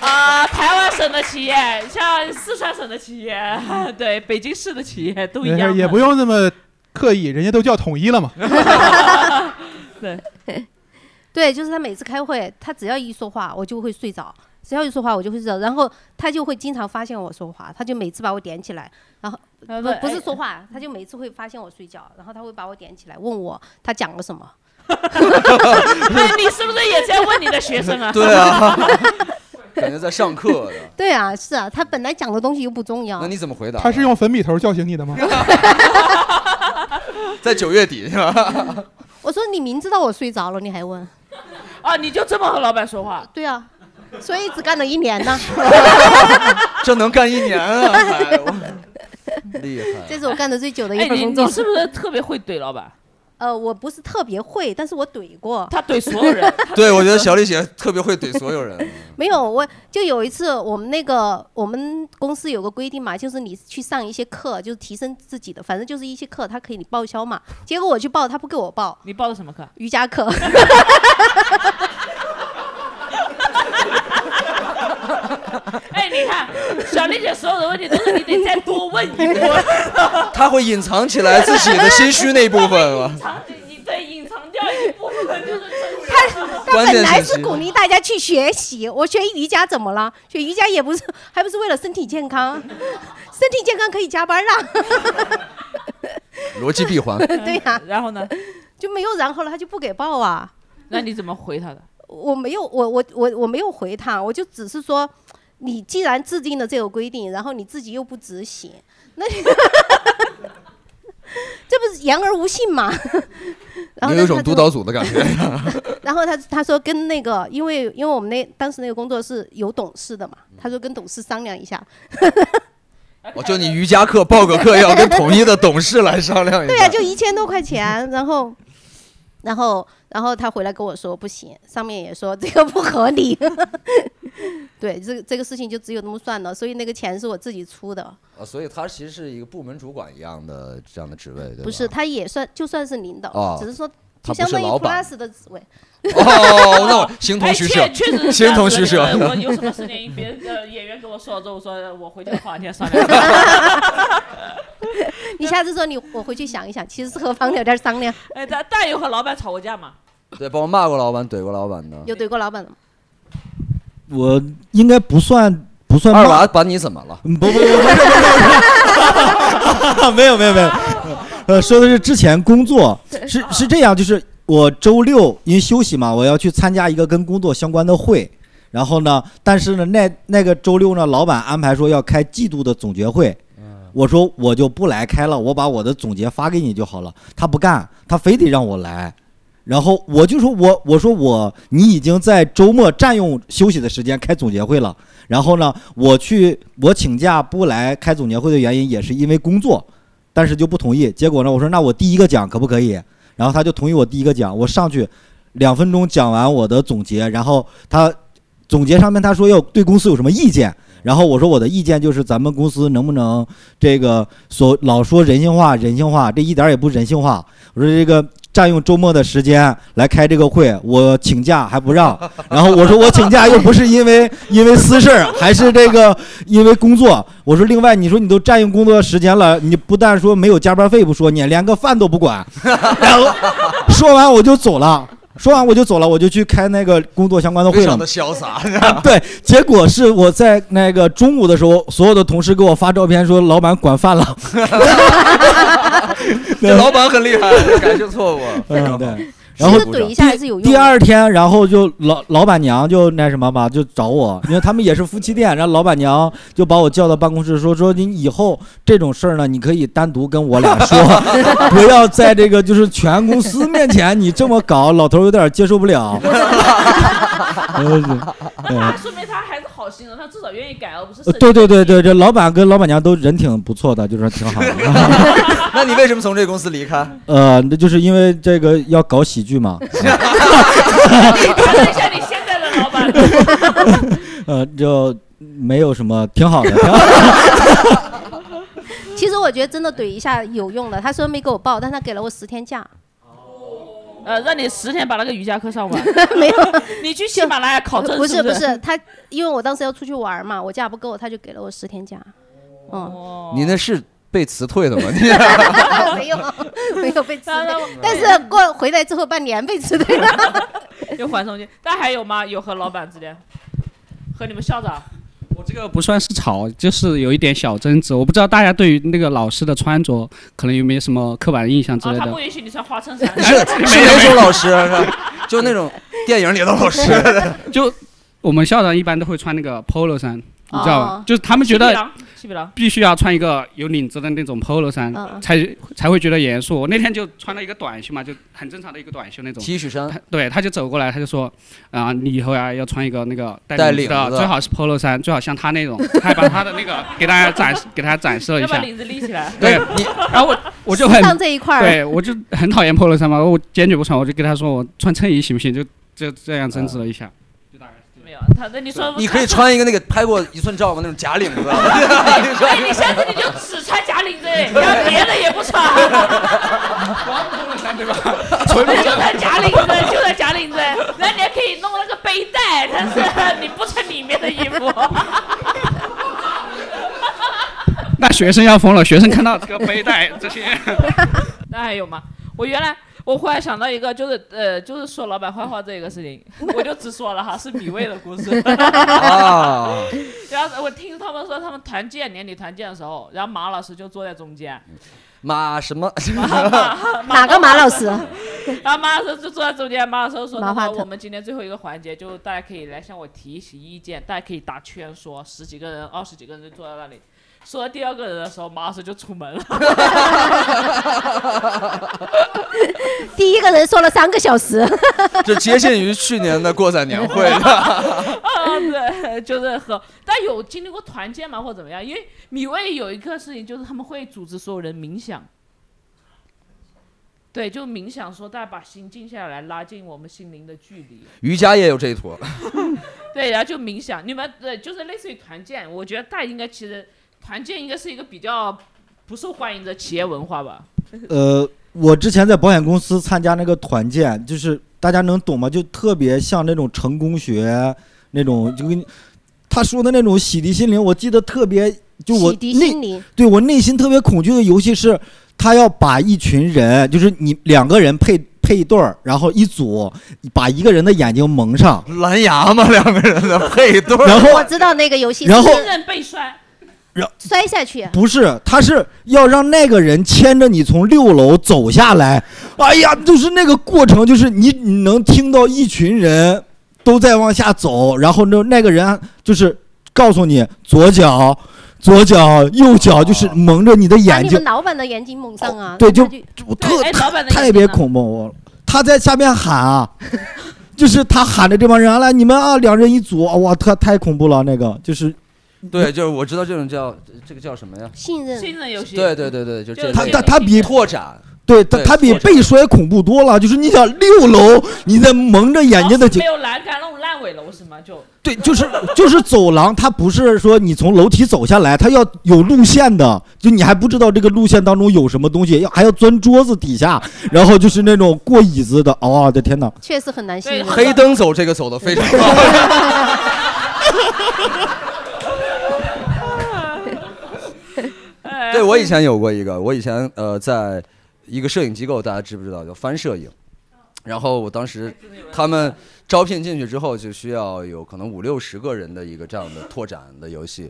S2: 啊、台湾省的企业，像四川省的企业， 对北京市的企业都一
S6: 没事
S2: 样，
S6: 也不用那么刻意，人家都叫统一了嘛。
S12: 啊
S2: 对。
S1: 对，就是他每次开会，他只要一说话，我就会睡着；只要一说话，我就会睡着。然后他就会经常发现我说话，他就每次把我点起来，然后
S2: 呃
S1: 不
S2: 不
S1: 不是
S2: 哎
S1: 说话，他就每次会发现我睡觉，然后他会把我点起来，问我他讲了什么。
S2: 那你是不是也在问你的 学生啊？
S8: 对 啊，感觉在上课的。
S1: 对啊，是啊，他本来讲的东西又不重要
S8: 那。你怎么回答
S6: 他？是用粉笔头叫醒你的吗？
S8: 在九月底是吧？
S1: 我说你明知道我睡着了，你还问？
S2: 啊，你就这么和老板说话？
S1: 对啊，所以只干了一年 呢。
S8: 这能干一年
S2: 哎
S8: 啊，还我厉害！
S1: 这是我干的最久的一
S2: 哎，
S1: 份
S2: 你
S1: 工作。
S2: 你是不是特别会怼老板？
S1: 呃，我不是特别会，但是我怼 过。
S2: 他怼所有人。
S8: 对，我觉得小李姐特别会怼所有 人。
S1: 没有，我就有一次，我们那个我们公司有个规定嘛，就是你去上一些课，就是提升自己的，反正就是一些课，他可以你报销嘛。结果我去报，他不给我报
S2: 你报的什么课？
S1: 瑜伽 课，
S2: 哎，你看，小丽姐所有的问题都是你得再多问一问，
S8: 他会隐藏起来自己的心虚那部分吗？
S2: 你对隐藏掉一部分就是真相
S1: 他本来是鼓励大家去学习，我学瑜伽怎么了？学瑜伽也不是，还不是为了身体健康， 身体健康可以加班啦。
S8: 逻辑闭环。
S1: 对呀、
S2: 然后呢？
S1: 就没有然后了，他就不给报啊。
S2: 那你怎么回他的？
S1: 我没有，我我我我没有回他，我就只是说，你既然制定了这个规定，然后你自己又不执行，那你 这不是言而无信吗？然后
S8: 你
S1: 呢
S8: 有一种
S1: 他
S8: 督
S1: 就
S8: 导组的感 觉。
S1: 然后他他说跟那个，因为因为我们那当时那个工作室有董事的嘛，
S8: 嗯
S1: 他说跟董事商量一下。
S8: 我就你瑜伽课报个课，要跟统一的董事来商量一下。
S1: 对呀、啊就一千多块钱， 然后，然后，然后他回来跟我说不行，上面也说这个不合理。 对，这个这个事情就只有那么算了，所以那个钱是我自己出的，
S8: 啊，所以他其实是一个部门主管一样的这样的职位，对吧？
S1: 不是，他也算就算是领导，
S8: 哦
S1: 只是说
S8: 他
S1: 就
S8: 不
S1: 相
S8: 是
S1: 当于
S8: 老板
S1: plus 的职位。
S8: 哦，那我 形同虚设
S2: 哎确确实，是
S8: 形同虚
S2: 这
S8: 设
S2: 样子的我有什么事情，别的呃演员跟我说了之后，我说我回去和房间商 量。
S1: 你下次说你我回去想一想，其实是和房有点商量，
S2: 哎，但但有和老板吵过架嘛？
S8: 对，帮我骂过老板，怼过老板的。
S1: 有怼过老板 的吗？
S9: 我应该不算不算
S8: 二
S9: 骂
S8: 娃把你怎么了？
S9: 嗯不不不 不， 没有没有没有，呃，说的是之前工作是是这样，就是我周六因为休息嘛，我要去参加一个跟工作相关的会，然后呢，但是呢，那那个周六呢，老板安排说要开季度的总结会，我说我就不来开了，我把我的总结发给你就好了，他不干，他非得让我来。然后我就说我我说我你已经在周末占用休息的时间开总结会了，然后呢，我去我请假不来开总结会的原因也是因为工作，但是就不同意。结果呢，我说那我第一个讲可不可以？然后他就同意我第一个讲，我上去两分钟讲完我的总结，然后他总结上面他说要对公司有什么意见，然后我说我的意见就是咱们公司能不能这个所老说人性化人性化，这一点儿也不人性化。我说这个占用周末的时间来开这个会，我请假还不让，然后我说我请假又不是因为因为私事儿，还是这个因为工作。我说另外你说你都占用工作时间了，你不但说没有加班费不说，你连个饭都不管，然后说完我就走了。说完我就走了，我就去开那个工作相关的会
S8: 非
S9: 了
S8: 常。的潇 洒。
S9: 对，结果是我在那个中午的时候，所有的同事给我发照片说老板管饭 了。
S8: 这老板很厉害，改正错误。非常
S9: 嗯，对
S8: 好。
S9: 然后
S1: 是 怼一下还是有用的
S9: 第二天， 然后就老老板娘就那什么吧，就找我，因为他们也是夫妻店，然后老板娘就把我叫到办公室说说你以后这种事儿呢，你可以单独跟我俩说，不要在这个就是全公司面前你这么搞，老头儿有点接受不了。嗯对
S2: 那他说明他还是好心人，啊他至少愿意改，而不
S13: 呃
S2: 是
S9: 对对对对，这老板跟老板娘都人挺不错的，就是挺好的。
S8: 那你为什么从这公司离开？
S1: 哦
S9: 呃，那就是因为这个要搞喜剧嘛。
S2: 看了一下你现在的老板，
S9: 呃，就没有什么，挺好的。
S1: 其实我觉得真的怼一下有用的。他说没给我报，但他给了我十天假。
S2: 呃，让你十天把那个瑜伽课上 完。
S1: 没有，
S2: 你去喜马拉雅考证
S1: 不
S2: 是
S1: 不
S2: 是
S1: 是？他，因为我当时要出去玩嘛，我假不够，他就给了我十天假。嗯，
S2: 哦
S8: 你那是被辞退的吗？你
S1: 没有没有被辞退，但
S2: 哎
S1: 是过回来之后半年被辞退了。
S2: 又缓冲期。但还有吗？有和老板之间，和你们校长，
S13: 我这个不算是吵，就是有一点小争执。我不知道大家对于那个老师的穿着可能有没有什么刻板印象之
S2: 啊，
S13: 类
S2: 他
S13: 的
S2: 不。允许你穿 花 衬衫。
S8: 是是哪种老师？ 是吧就那种电影里的 老师。
S13: 就我们校长一般都会穿那个 polo 衫，你知道
S2: 哦
S13: 吧？就是他们觉
S2: 西北
S13: 得
S2: 狼西北狼
S13: 必须要穿一个有领子的那种 polo 衫
S2: 嗯，嗯
S13: 才才会觉得严肃。我那天就穿了一个短袖嘛，就很正常的一个短袖那种
S8: T 恤衫。
S13: 对，他就走过来，他就说：“啊、你以后呀、要穿一个那个
S8: 带
S13: 带领子
S8: 领
S13: 的，
S8: 子
S13: 最好是 polo 衫，最好像他那种。” 他还把他的那个给大家 展示，给大家展示了一
S2: 要把
S13: 下。
S2: 领子立起来。
S13: 对，然后我我就很
S1: 上这一块儿
S13: 对我就很讨厌 polo 衫嘛，我坚决不穿，我就跟他说我穿衬衣行不行？就就这样争执了一
S2: 啊
S13: 下。
S2: 没有，他那你说
S8: 你可以穿一个那个拍过一寸照吗？那种假领子。
S2: 哎，你下次你就只穿假领子，然后别的也不穿。
S13: 纯
S2: 那就穿假领子，就穿假领子，然后你还可以弄那个背带，但是你不穿里面的衣服。
S13: 那学生要疯了，学生看到这个背带这些，
S2: 那还有吗？我原来我忽然想到一个，就是呃，就是说老板坏话这个事情，我就直说了哈，是米未的 故事。
S8: 啊
S2: 然后我听他们说，他们团建年底团建的时候，然后马老师就坐在中间，
S8: 马什么？
S1: 哪个马老师？
S2: 然后马老师就坐在中间，马老师说：“
S1: 马
S2: 那
S1: 化
S2: 么
S1: 腾
S2: 我们今天最后一个环节，就大家可以来向我提起意见，大家可以打圈说，十几个人、二十几个人就坐在那里。”说到第二个人的时候，马老师就出门了。
S1: 第一个人说了三个小时，
S8: 这接近于去年的过载年会了。
S2: 啊，对，就是和，但有经历过团建吗，或怎么样？因为米未有一个事情，就是他们会组织所有人冥想。对，就冥想，说大家把心静下来，拉近我们心灵的距离。
S8: 瑜伽也有这一 坨，
S2: 对，然后就冥想，你们对，就是类似于团建，我觉得大家应该其实团建应该是一个比较不受欢迎的企业文化吧。
S9: 呃，我之前在保险公司参加那个团建，就是大家能懂吗？就特别像那种成功学那种，就跟你他说的那种洗涤心灵，我记得特别，就我
S1: 洗涤心
S9: 内
S1: 灵
S9: 对我内心特别恐惧的游戏是，他要把一群人，就是你两个人配配一对儿，然后一组把一个人的眼睛蒙上，
S8: 蓝牙嘛，两个人的配对儿。
S9: 然后
S1: 我知道那个游戏，
S9: 然后
S1: 是
S2: 人被摔，
S9: 然
S1: 摔下去，啊
S9: 不是，他是要让那个人牵着你从六楼走下来。哎呀，就是那个过程，就是你你能听到一群人都在往下走，然后那那个人就是告诉你左脚、左脚、右脚，就是蒙着你的
S1: 把
S9: 眼
S1: 你
S9: 睛哦
S1: 们。老板的眼睛蒙上啊，
S9: 对，
S1: 然
S9: 就
S1: 后
S9: 我特特别恐怖。我他在下面喊啊， 就是他喊着这帮人来，你们啊，两人一组，哇，特太恐怖了。那个就是
S8: 对，就是我知道这种叫这个叫什么呀？
S1: 信任
S2: 信任游戏，
S8: 对对对对，就这
S9: 他
S8: 类
S9: 他
S8: 的
S9: 他比
S8: 拓展，
S9: 对他
S8: 对
S9: 他比
S8: 拓展
S9: 被摔恐怖多了。就是你想六楼，你在蒙着眼睛的景
S2: 没，有栏杆那种烂尾楼是吗？就
S9: 对，就是就是走廊，它不是说你从楼梯走下来，它要有路线的，就你还不知道这个路线当中有什么东西，要还要钻桌子底下，然后就是那种过椅子的，哦，我的天哪！
S1: 确实很难信任。
S8: 黑灯走这个走的非常好。 对我以前有过一个，我以前呃在一个摄影机构，大家知不知道叫翻摄影？然后我当时他们招聘进去之后，就需要有可能五六十个人的一个这样的拓展的游戏。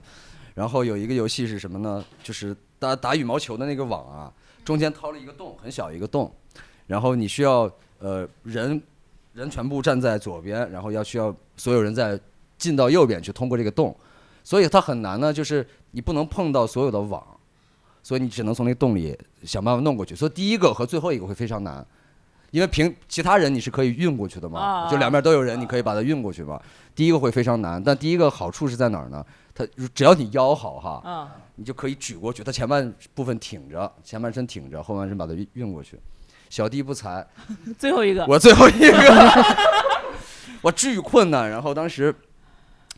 S8: 然后有一个游戏是什么呢？就是打打羽毛球的那个网啊，中间掏了一个洞，很小一个洞，然后你需要呃人人全部站在左边，然后要需要所有人再进到右边去通过这个洞，所以它很难呢，就是你不能碰到所有的网，所以你只能从那洞里想办法弄过去。所以第一个和最后一个会非常难，因为凭其他人你是可以运过去的嘛，
S2: 啊
S8: 就两边都有人，你可以把它运过去嘛。第一个会非常难，但第一个好处是在哪儿呢？它只要你腰好哈，
S2: 啊，
S8: 你就可以举过去，它前半部分挺着，前半身挺着，后半身把它运运过去。小弟不才，
S2: 最后一个，
S8: 我最后一个， 我巨困难。然后当时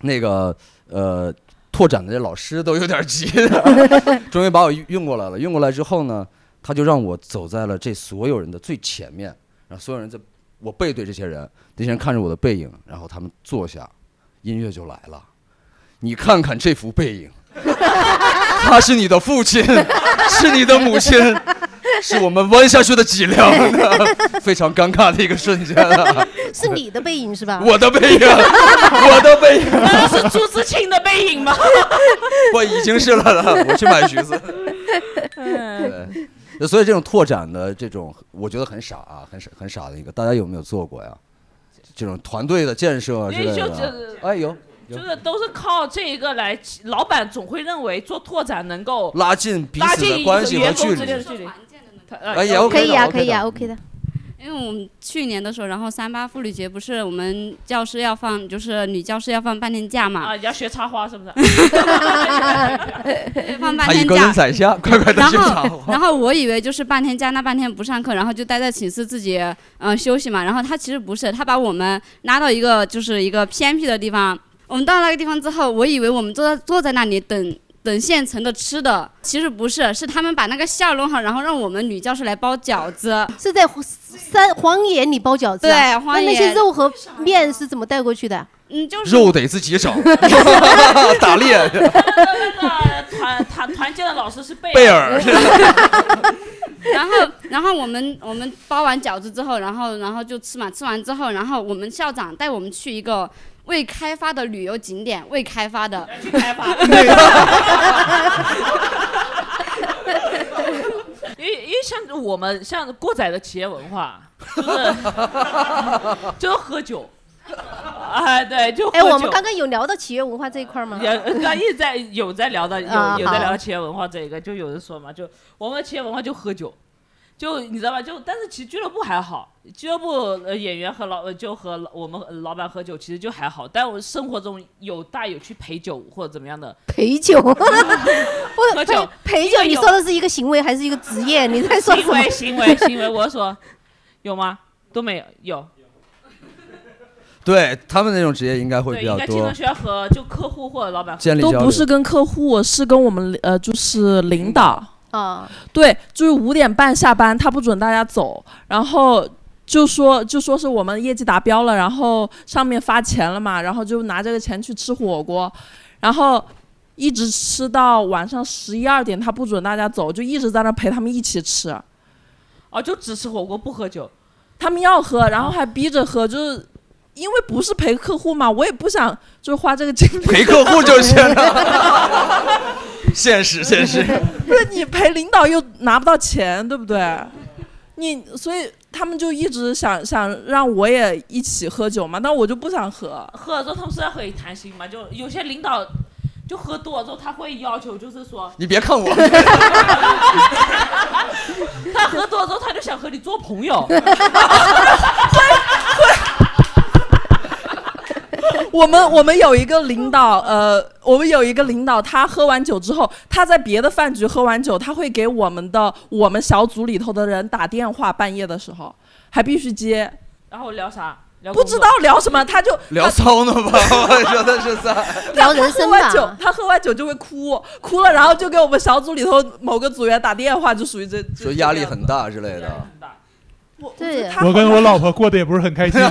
S8: 那个呃拓展的这老师都有点急了， 终于把我运过来了。运过来之后呢，他就让我走在了这所有人的最前面，然后所有人在我背对这些人，那些人看着我的背影，然后他们坐下，音乐就来了。你看看这幅背 影，他是你的父亲，是你的母 亲，是我们弯下去的脊梁，非常尴尬的一个瞬间 啊！
S1: 是你的背影是吧？
S8: 我的 背影，我的背影，
S2: 那是朱自清的背影 吗？
S8: 我已经是了了，我去买橘子。 对，所以这种拓展的这种，我觉得很傻啊，很傻很傻的一个，大家有没有做过呀？这种团队的建设之
S2: 因为
S8: 类
S2: 就
S8: 的，
S2: 是
S8: 哎有有
S2: 就是都是靠这一个来，老板总会认为做拓展能够
S8: 拉近彼
S2: 拉
S8: 此
S2: 近
S8: 的
S2: 一
S8: 关
S2: 个
S8: 系和
S2: 员
S8: 距
S2: 工之间
S8: 离
S2: 的。距离。
S8: 哎也 OK
S1: 可
S8: 的
S1: 以啊，
S8: OK 的
S1: 可以啊，OK 的。
S10: 因为我们去年的时候，然后三八妇女节不是我们教师要放，就是女教师要放半天假嘛，
S2: 啊，你要学插 花是不是？
S10: 放半
S8: 他一
S10: 天
S8: 个人
S10: 假。
S8: 在家，快快的
S10: 然
S8: 去插
S10: 后，
S8: 花。
S10: 然后我以为就是半天假，那半天不上课，然后就待在寝室自己嗯、呃休息嘛。然后他其实不是，他把我们拉到一个就是一个偏僻的地方。我们到那个地方之后，我以为我们坐在坐在那里等等现成的吃的，其实不是，是他们把那个馅儿弄好，然后让我们女教师来包饺子。
S1: 是在山荒野里包饺子啊、
S10: 对荒野
S1: 那那些肉和面是怎么带过去的？
S10: 嗯，就
S8: 肉得自己 找，打 猎。
S2: 呃团团团建的老师是贝
S8: 贝尔
S2: 尔
S10: 然后，然后我们我们包完饺子之后，然后然后就吃嘛，吃完之后，然后我们校长带我们去一个未开发的旅游景点，未开发的，开发，
S2: 因为因为像我们像过载的企业文化，就是 就是喝酒，哎，对，就喝
S1: 哎，
S2: 酒。
S1: 我们刚刚有聊到企业文化这一块吗？
S2: 也呃刚一直在有在聊到有
S1: 啊
S2: 有在聊
S1: 好
S2: 到企业文化这一个，就有人说嘛，就我们的企业文化就喝酒，就你知道吧？就但是其实俱乐部还好，俱乐部呃演员和老呃就和老我们呃老板喝酒其实就还好，但我生活中有大有去陪酒或者怎么样的，
S1: 陪酒， 不
S2: 喝
S1: 是
S2: 酒
S1: 陪陪
S2: 因
S1: 酒，
S2: 为
S1: 你
S2: 有
S1: 说的是一个行为还是一个职业？你在说什
S2: 行
S1: 么？
S2: 为行为行为，我说有吗？都没有有。
S8: 对他们那种职业应该会
S2: 对，
S8: 比
S2: 应
S8: 较
S2: 该经
S8: 多
S2: 常。需要和就客户或者老板喝
S8: 建立
S7: 都
S8: 交
S7: 不
S8: 流
S7: 是跟客户，是跟我们呃，就是领导。
S1: 啊，
S7: 对，就是五点半下班，他不准大家走，然后就说就说是我们业绩达标了，然后上面发钱了嘛，然后就拿这个钱去吃火锅，然后一直吃到晚上十一二点，他不准大家走，就一直在那陪他们一起吃。
S2: 哦，就只吃火锅不喝酒。
S7: 他们要喝，然后还逼着喝，就是因为不是陪客户嘛，我也不想就花这个精力
S8: 陪客户就行了。 现实，现实。
S7: 不是你陪领导又拿不到钱，对不对？你所以他们就一直想想让我也一起喝酒嘛，但我就不想喝。
S2: 喝了之后他们是在和你谈心嘛，就有些领导就喝多了之后，他会要求就 是说，
S8: 你别看我，
S2: 他喝多了之后他就想和你做朋 友，
S7: 我们我们有一个领导，呃，我们有一个领导，他喝完酒之后，他在别的饭局喝完酒，他会给我们的我们小组里头的人打电话，半夜的时候还必须接，
S2: 然后聊啥？聊
S7: 不知道聊什么，他就
S8: 聊骚呢吧？我觉得是在
S7: 他他喝完酒，他喝完酒就会哭，哭了，然后就给我们小组里头某个组员打电话，就属于这。就
S8: 说压力很大之类的。
S7: 我
S1: 对
S7: 他
S6: 我跟我老婆过得也不是很开 心。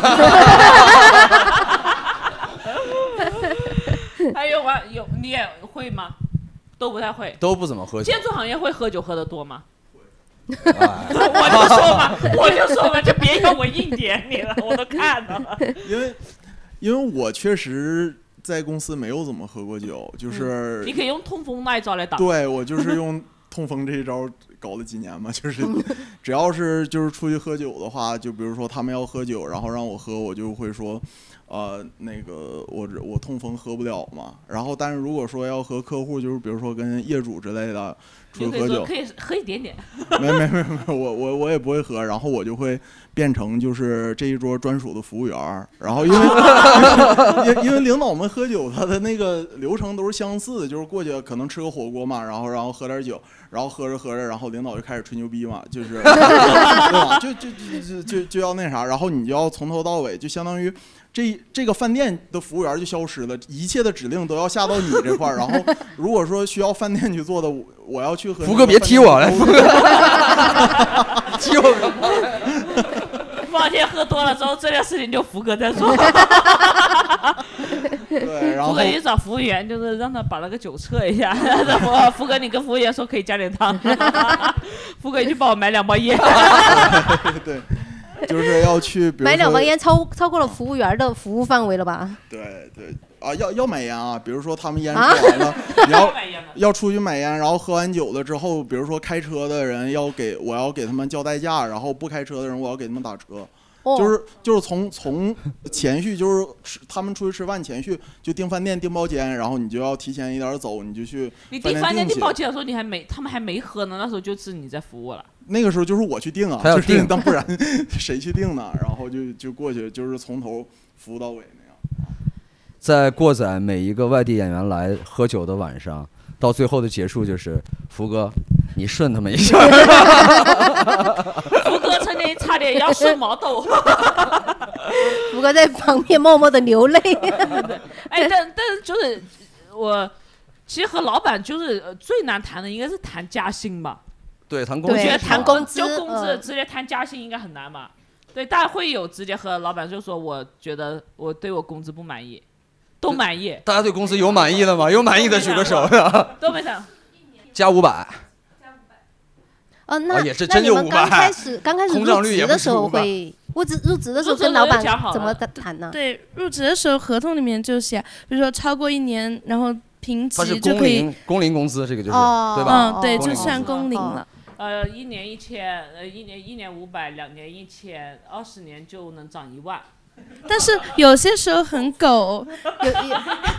S2: 还有啊，有你也会吗？都不 太会，
S8: 都不怎么喝酒
S2: 建筑行业会喝酒喝的多吗？我就说嘛，我就说嘛，就别让我硬点你了，我都看到了。
S12: 因为因为我确实在公司没有怎么喝过酒，就是
S2: 嗯你可以用痛风那一招来打。
S12: 对我就是用痛风这一招搞了几年嘛， 就是只要是就是出去喝酒的话，就比如说他们要喝酒，然后让我喝，我就会说，呃，那个我这我痛风喝不了嘛。然后但是如果说要和客户，就是比如说跟业主之类的
S2: 你
S12: 出
S2: 可
S12: 去喝
S2: 以说
S12: 酒
S2: 可，以喝一点点，
S12: 没没没没，我我我也不会喝，然后我就会变成就是这一桌专属的服务员儿，然后因为 因因为领导们喝酒，他的那个流程都是相似的，就是过去可能吃个火锅嘛，然后然后喝点酒，然后喝着喝着，然后领导就开始吹牛逼嘛，就是对吧？就就就就就就要那啥，然后你就要从头到尾，就相当于。这这个饭店的服务员就消失了，一切的指令都要下到你这块儿。然后，如果说需要饭店去做的，我我要去和
S8: 福哥别踢我
S12: 来，
S8: 福哥踢我干嘛呀？
S2: 放天喝多了之后，这件事情就福哥在做。
S12: 对，然后
S2: 福哥去找服务员，就是让他把那个酒测一下。 我福哥，你跟服务员说可以加点糖。 福哥，你去帮我买两 包烟。
S12: 对，就是要去，比如
S1: 买两
S12: 说
S1: 包烟超超过了服务员的服务范围了吧？
S12: 对对啊，要要买烟啊，比如说他们烟抽完了，你要要出去买烟，然后喝完酒了之后，比如说开车的人要给我要给他们叫代驾，然后不开车的人我要给他们打车。
S1: 哦
S12: 就是就是从从前序就是吃他们出去吃饭前序就订饭店订包间，然后你就要提前一点儿走，你就去
S2: 你订饭店
S12: 订
S2: 订
S12: 去
S2: 包间的时候，你还没，他们还没喝呢，那时候就是你在服 务了。
S12: 那个时候就是我去定啊，
S8: 他要
S12: 就是
S8: 定
S12: 那不然 谁去定呢？然后就就过去，就是从头服务到尾那样。
S8: 在过载每一个外地演员来喝酒的晚上，到最后的结束就是福哥，你顺他们一下。
S2: 福哥曾经差点要顺毛豆。
S1: 福哥在旁边默默的流泪。
S2: 哎，但但是就是我，其实和老板就是呃最难谈的应该是谈加薪吧。
S8: 对，谈
S2: 我
S8: 工
S2: 觉得
S8: 资，
S2: 谈
S1: 资
S2: 就工资
S1: 嗯
S2: 直接谈加薪应该很难吧？对，大家会有直接和老板就说，我觉得我对我工资不满意，都满意，
S8: 大家对公司有满意的吗？有满意的举个手呀！
S2: 都没谈。
S8: 加五百，
S1: 哦，那
S8: 也是
S1: 那
S8: 真
S1: 你
S8: 就
S1: 们
S8: 500
S1: 刚开始刚开始
S8: 通胀
S1: 入
S8: 率也
S1: 职
S8: 不
S1: 的
S8: 是
S1: 时候
S8: 500
S1: 会，入职入职的时候
S14: 入
S1: 跟
S14: 职的时候
S1: 老板
S14: 就讲好了
S1: 怎么谈呢？
S14: 对，入职的时候合同里面就写，比如说超过一年，然后评
S8: 它是
S14: 级就
S8: 工
S14: 可以
S8: 龄，工龄工资，这个就是
S14: 哦
S8: 对吧？
S14: 嗯对
S8: 工龄工
S14: 就算
S8: 资
S14: 工龄
S1: 哦
S14: 了。
S2: 呃，一年一千，呃，一年一年五百，两年一千，二十年就能涨一万。
S14: 但是有些时候很狗，有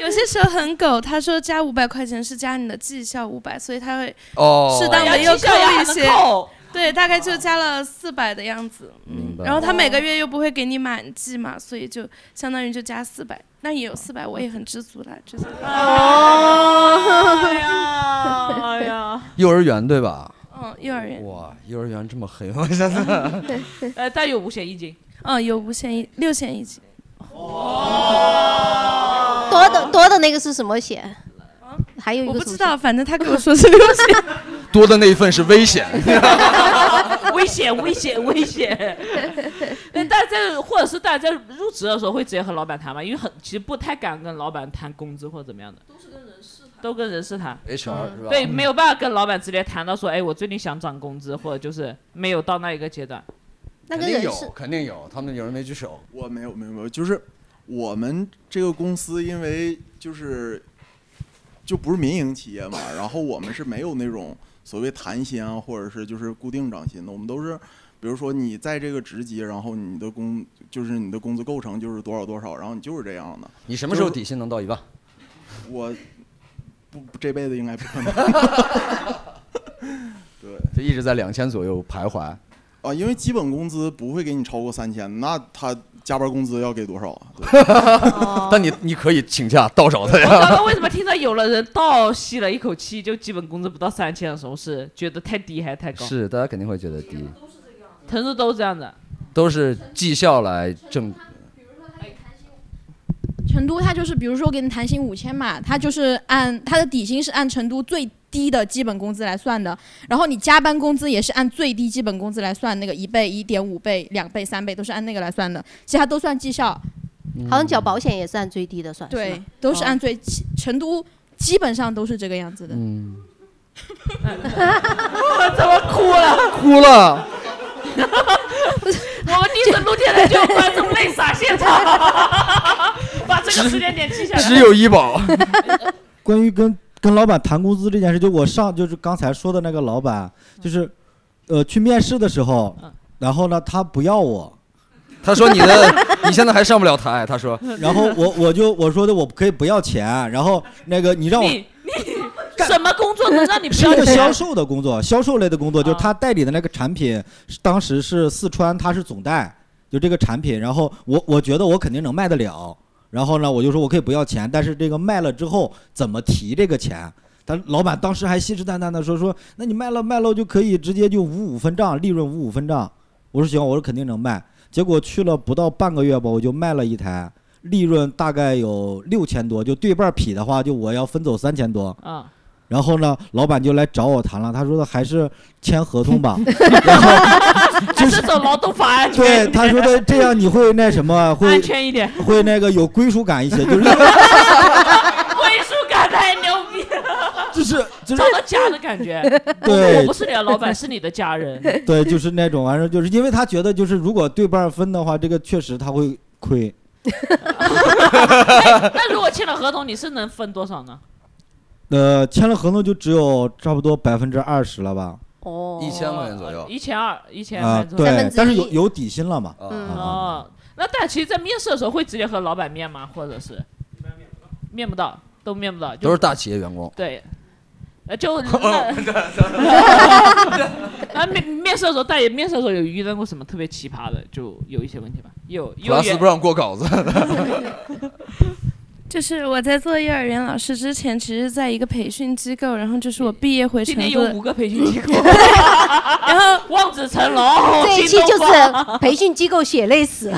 S14: 有些时候很狗。他说加五百块钱是加你的绩效五百，所以他会
S8: 哦
S14: 适当的又扣一
S2: 绩
S14: 些
S2: 效也还能扣。
S14: 对，大概就加了四百的样子。嗯
S8: 明，白
S14: 然后他每个月又不会给你满绩嘛，所以就相当于就加四百。那也有四百，我也很知足了，就是。
S2: 哦哎呀哎呀！
S8: 幼儿园对吧？
S14: 嗯，幼儿园。
S8: 哇，幼儿园这么黑，我真的。
S2: 呃，但有五险一金。
S14: 嗯，有五险一六险一金。
S1: 多的多的那个是什么险？还有一个
S14: 我不
S1: 什么
S14: 知
S1: 险
S14: 道，反正他跟我说是六险。
S8: 多的那一份是危 险，
S2: 危险，危险，危险！那大家或者是大家入职的时候会直接和老板谈嘛，因为很其实不太敢跟老板谈工资或者怎么样的，都是跟人事谈，都跟人事谈嗯
S8: HR 是吧
S2: 对，没有办法跟老板直接谈到说，哎，我最近想涨工资，或者就是没有到那一个阶段。
S1: 那
S8: 肯定有，肯定有，他们有人没举手。
S12: 我没有，没有，没有，就是我们这个公司，因为就是就不是民营企 业嘛，然后我们是没有那种所谓谈薪啊，或者是就是固定涨薪的，我们都是。比如说你在这个职级，然后你的工就是你的工资构成就是多少多少，然后你就是这样的。
S8: 你什么时候
S12: 就是
S8: 底薪能到一万？
S12: 我不这辈子应该不 可能。 对，
S8: 就一直在两千左右徘徊。
S12: 啊，因为基本工资不会给你超过三千，那他加班工资要给多少啊？对
S14: 哦
S8: 但你你可以请假倒找他
S2: 我刚
S8: 呀。
S2: 刚为什么听到有了人倒吸了一口气，就基本工资不到三千的时候是觉得太低还是太高？
S8: 是，大家肯定会觉得低，
S2: 腾讯都是这样的。
S8: 都是绩效来挣。
S3: 成都它就是，比如说我给你谈薪五千嘛，它就是按它的底薪是按成都最低的基本工资来算的，然后你加班工资也是按最低基本工资来算，那个一倍、一点五倍、两倍、三倍都是按那个来算的，其他都算绩效。
S1: 好像缴保险也是按最低的算，
S3: 对
S1: 吗，
S3: 都是按
S1: 哦
S3: 最、成都基本上都是这个样子的。
S8: 嗯，
S2: 怎么哭了？
S8: 哭了。
S2: 我们第一次录电台就有观众泪洒现场， 把这个时间点记下来。
S8: 只有医保。
S9: 关于跟跟老板谈工资这件事，就我上就是刚才说的那个老板，
S2: 嗯
S9: 就是呃去面试的时候，然后呢他不要我，
S8: 他说你的， 你现在还上不了台。他说，
S9: 然后我我就我说的我可以不要钱，然后那个你让我
S2: 你你什么工作能让你不
S9: 是
S2: 要啊
S9: 一个
S2: 钱
S9: 销售的工作，销售类的工作，就是他代理的那个产品，是当时是四川，他是总代，就这个产品，然后我我觉得我肯定能卖得了，然后呢，我就说我可以不要钱，但是这个卖了之后怎么提这个钱？他老板当时还信誓旦旦的说说，那你卖了卖了就可以直接就五五分账，利润五五分账。我说行，我说肯定能卖。结果去了不到半个月吧，我就卖了一台，利润大概有六千多，就对半匹的话，就我要分走三千多。
S2: 啊，
S9: 然后呢，老板就来找我谈了，他说的还是签合同 吧。
S2: 还是走劳动法安全一
S9: 对，
S2: 点。
S9: 他说的这样你会那什么，会
S2: 安全 一点
S9: 会那个有归属感一些， 就是
S2: 归属感太牛逼了，
S9: 就是就是
S2: 找到家的感觉。
S9: 对
S2: 我我不是你的老板，是你的家人。
S9: 对，就是那种玩意儿，就是因为他觉得就是如果对半分的话，这个确实他会亏。
S2: 哎那如果签了合同，你是能分多少呢？
S9: 呃，签了合同就只有差不多百分之二十了吧？
S2: 哦
S8: 一千块钱左右
S2: 一千二，一千
S9: 啊、
S2: 块钱左右
S9: 对，但是有啊有底薪了
S8: 啊
S9: 嘛？
S8: 嗯
S2: 哦，那但其实，在面试的时候会直接和老板面吗？或者是面不到，都面不到，就
S8: 都是大企业员工。
S2: 对，呃，就
S8: 对
S2: 那面面试的时候，但也面试的时候有遇到过什么特别奇葩的，就有一些问题吧。有
S8: 普
S2: 幼
S8: 拉
S2: 儿
S8: 斯
S2: 园
S8: 不让过稿 子。
S14: 就是我在做幼儿园老师之前，其实在一个培训机构，然后就是我毕业回成
S2: 嗯今
S14: 都的。
S2: 天有五个培啊训机构，
S14: 然后
S2: 望子成
S14: 嗯
S2: 龙，
S1: 这一期
S2: 新东
S1: 就
S2: 方
S1: 是培训机构血泪史。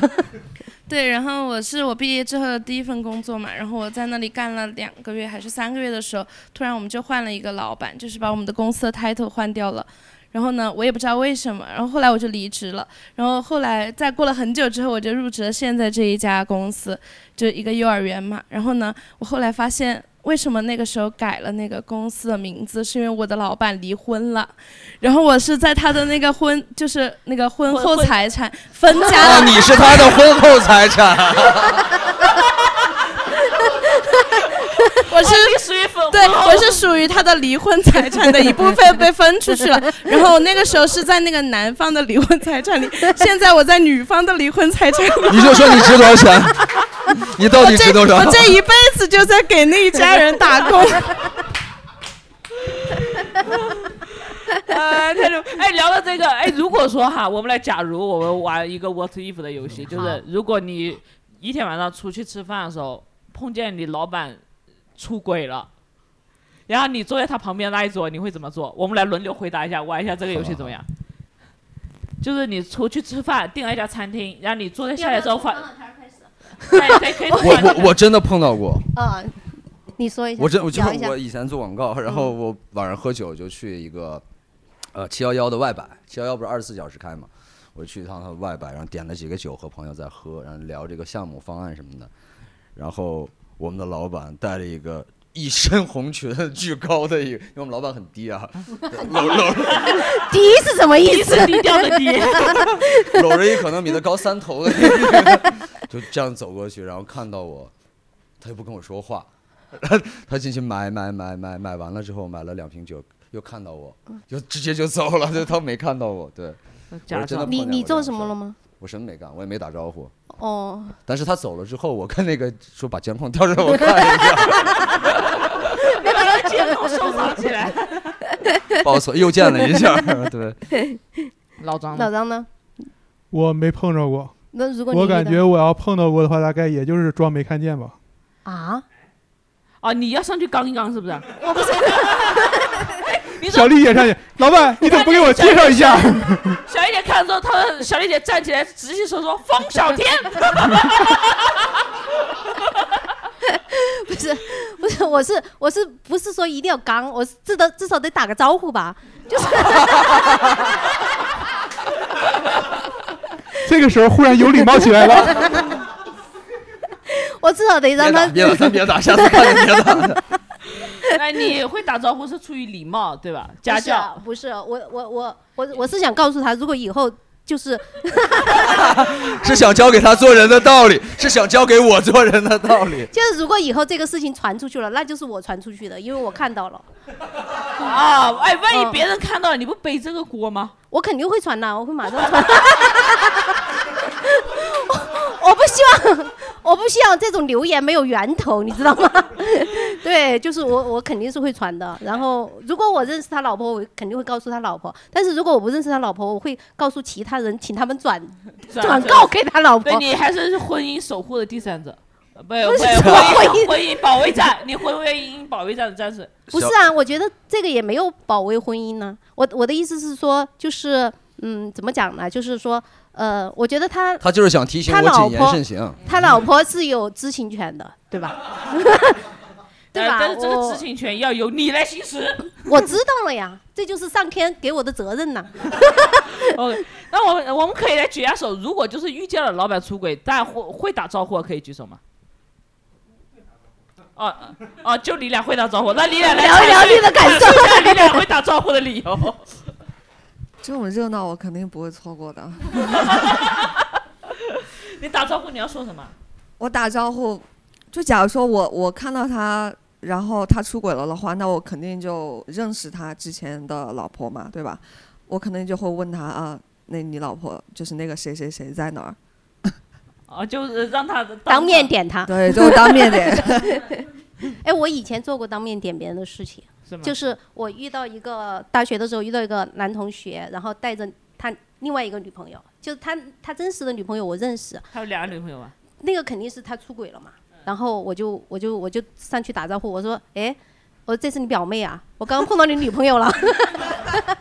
S14: 对，然后我是我毕业之后的第一份工作嘛，然后我在那里干了两个月还是三个月的时候，突然我们就换了一个老板，就是把我们的公司的 title 换掉了。然后呢，我也不知道为什么，然后后来我就离职了。然后后来再过了很久之后，我就入职了现在这一家公司，就一个幼儿园嘛。然后呢，我后来发现为什么那个时候改了那个公司的名字？是因为我的老板离婚了，然后我是在他的那个婚，就是那个婚后财产分家了。
S8: 哦，你是他的婚后财产。
S14: 我是、对，我是属于他的离婚财产的一部分被分出去了。然后那个时候是在那个男方的离婚财产里，现在我在女方的离婚财产里。
S8: 你就说你值多少 钱？你到底值多少？
S14: 我这一辈子就在给那一家人打工。
S2: 哎，太牛！哎，聊到 这个，哎，如果说哈，我们来，假如我们玩一个 What If 的游戏，就
S15: 好
S2: 是如果你一天晚上出去吃饭的时候，碰见你老板出轨了，然后你坐在他旁边那一桌，你会怎么做？我们来轮流回答一下，玩一下这个游戏怎么样？就是你出去吃饭，订了一家餐厅，然后你坐在下来之后发，对对，可以
S8: 我我我真的碰到过，
S1: 啊，你说一下，
S8: 我真我就
S1: 聊一
S8: 是
S1: 下嗯
S8: 我以前做广告，然后我晚上喝酒就去一个，呃七幺幺的外摆，七幺幺不是二十四小时开嘛，我就去一趟他的外摆，然后点了几个酒和朋友在喝，然后聊这个项目方案什么的，然后我们的老板带了一个。一身红裙， 巨高的一个，因为我们老板很低啊，
S1: 嗯
S8: 搂搂
S1: 低是什么 意思？
S2: 低调的 低
S8: 搂着一可能比他高三头的 一个，就这样走过去，然后看到我，他又不跟我说话， 他进去买买买买买完了之后买了两瓶酒，又看到我，就直接就走了，就他没看到我，对，我是真的碰见
S1: 你
S8: 过
S1: 你
S8: 这样
S1: 做什么了吗？
S8: 我什么没干，我也没打招呼，
S1: 哦，
S8: 但是他走了之后，我跟那个说把监控调让我看一
S2: 别把他监控收藏起来。
S8: 下，不好意思，又见了一下， 对，
S2: 老张，
S1: 老张呢？
S6: 我没碰着过。
S1: 那如果你
S6: 我
S1: 遇到
S6: 感觉我要碰到过的话，大概也就是装没看见吧。
S1: 啊？
S2: 哦，你要上去刚一刚是不是？我不是。你怎
S6: 小
S2: 么
S6: 丽也上去，老板，你怎么不给我介绍一下？
S2: 小丽姐看到她，小丽姐站起来，直接说说方小天。
S1: 不是不是，我是我是不是说一定要刚？我是至得至少得打个招呼吧，就是
S6: 这个时候忽然有礼貌起来了。
S1: 我至少得让他
S8: 别打别打咱别打下次看见别打了。
S2: 哎，你会打招呼是出于礼貌对吧？家教。
S1: 不是啊我我我我我是想告诉他，如果以后就是
S8: 是想教给他做人的道理，是想教给我做人的道理。
S1: 就是如果以后这个事情传出去了，那就是我传出去的，因为我看到了，
S2: 啊，哎，万一别人看到了，你不背这个锅吗？
S1: 我肯定会传呐，我会马上传。 我我不希望，我不希望这种留言没有源头，你知道吗？ 对，就是我，我肯定是会传的。然后，如果我认识他老婆，我肯定会告诉他老婆；但是如果我不认识他老婆，我会告诉其他人，请他们转
S2: 转
S1: 啊转告给他老婆。
S2: 对你还是婚姻守护的第三者，呃不
S1: 不是
S2: 不
S1: 什么
S2: 婚
S1: 婚姻
S2: 姻婚姻保卫战，你婚姻保卫战的战士。
S1: 不是啊，我觉得这个也没有保卫婚姻呢、我我的意思是说，就是嗯，怎么讲呢？就是说，呃，我觉得他
S8: 他就是想提醒
S1: 他
S8: 我
S1: 老
S8: 谨言
S1: 婆
S8: 慎行。
S1: 他老婆是有知情权的，对吧？ 对吧
S2: 呃但是这个
S1: 我
S2: 知情权要由你来行使。
S1: 我知道了呀，这就是上天给我的责任呐、
S2: OK，那我们我们可以来举下手。如果就是遇见了老板出轨，但会会打招呼，啊可以举手吗？哦哦，就你俩会打招呼，那你俩来
S16: 聊一聊
S2: 阐述
S16: 你的感受
S2: 阐述一下你俩会打招呼的理由。
S16: 这种热闹我肯定不会错过的。
S2: 你打招呼你要说什么？
S16: 我打招呼，就假如说我我看到他，然后他出轨了的话，那我肯定就认识他之前的老婆嘛，对吧？我肯定就会问他啊，那你老婆就是那个谁谁谁在哪儿？
S2: 哦，就是让他
S1: 当面点 他。
S16: 对就当面点。
S1: 哎，我以前做过当面点别人的事情，
S16: 是吗
S1: 就是我遇到一个大学的时候遇到一个男同学，然后带着他另外一个女朋友，就是他他真实的女朋友我认识，
S2: 他有俩女朋友吗？
S1: 那个肯定是他出轨了嘛。然后我就我就我就上去打招呼，我说：“哎，我说这是你表妹啊，我刚刚碰到你女朋友了。”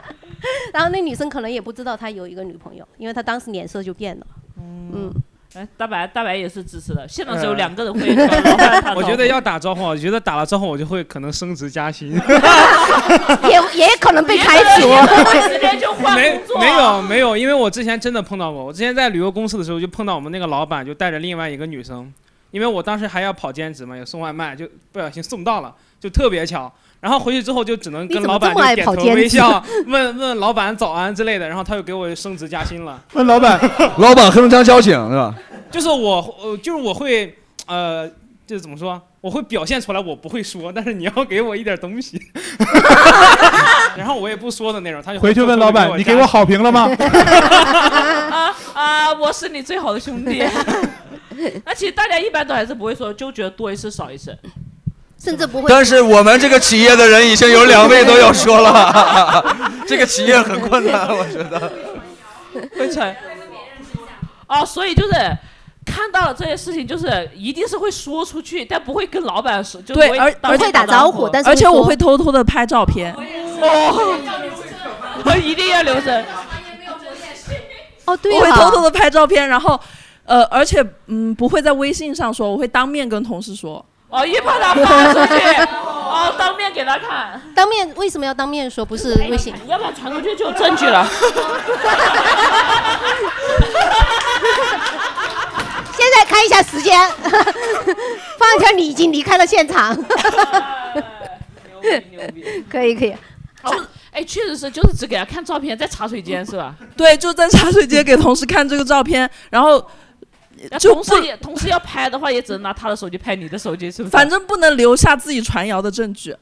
S1: 然后那女生可能也不知道他有一个女朋友，因为他当时脸色就变了。嗯，
S2: 哎，大白大白也是支持的。现场只
S7: 嗯
S2: 有
S11: 呃
S2: 两个人会 帮老板打招呼。
S11: 我觉得要打招呼，啊我觉得打了招呼我就会可能升职加薪，
S1: 也也可能被 开除。
S2: 直接就换
S11: 没
S2: 工
S11: 啊
S2: 作。啊
S11: 没有没有，因为我之前真的碰到过，我之前在旅游公司的时候就碰到我们那个老板就带着另外一个女生。因为我当时还要跑兼职嘛，有送外卖，就不小心送到了，就特别巧。然后回去之后就只能
S1: 你
S11: 跟
S1: 怎么
S11: 老板
S1: 这么爱
S11: 就点头
S1: 跑兼
S11: 微
S1: 职
S11: 笑，问问老板早安之类的，然后他又给我升职加薪了。
S6: 问老板，
S8: 老板黑龙江交警是吧？
S11: 就是我，呃，就是我会，呃，就是怎么说，我会表现出来我不会说，但是你要给我一点东 西， 然后我也不说的那种，他就
S6: 回去问
S11: 偷偷
S6: 老
S11: 地
S6: 板，你给
S11: 加
S6: 我好评了 吗？
S2: 啊啊！我是你最好的 兄弟。那其实大家一般都还是不会说，就觉得多一事少一事。
S1: 甚至不会。
S8: 但是我们这个企业的人已经有两位都要说 了，这个企业很困难，我觉得。
S2: 会传。哦，所以就是看到了这些事情，就是一定是会说出去，但不会跟老板说，就不
S7: 对，
S2: 会
S7: 而
S2: 当
S7: 而
S2: 着
S7: 而且我会偷偷的拍照片。
S2: 哦，一定要留神。
S1: 哦，对
S7: 我会
S1: 哈
S7: 偷偷的拍照片，然后，呃，而且嗯，不会在微信上说，我会当面跟同事说。
S2: 哦，一怕他发出去，哦，当面给他看，
S1: 当面为什么要当面说？不是微信？
S2: 要不然传出去就有证据了。
S1: 现在看一下时 间，放一下你已经离开了现 场。可以可以，
S2: 哦， 哎，确实是，就是只给他看照片，在茶水间是 吧？
S7: 对，就在茶水间给同事看这个照片，然后
S2: 那
S7: 就不
S2: 同事也同事要拍的话，也只能拿他的手机拍你的手机，是不是？
S7: 反正不能留下自己传谣的证据。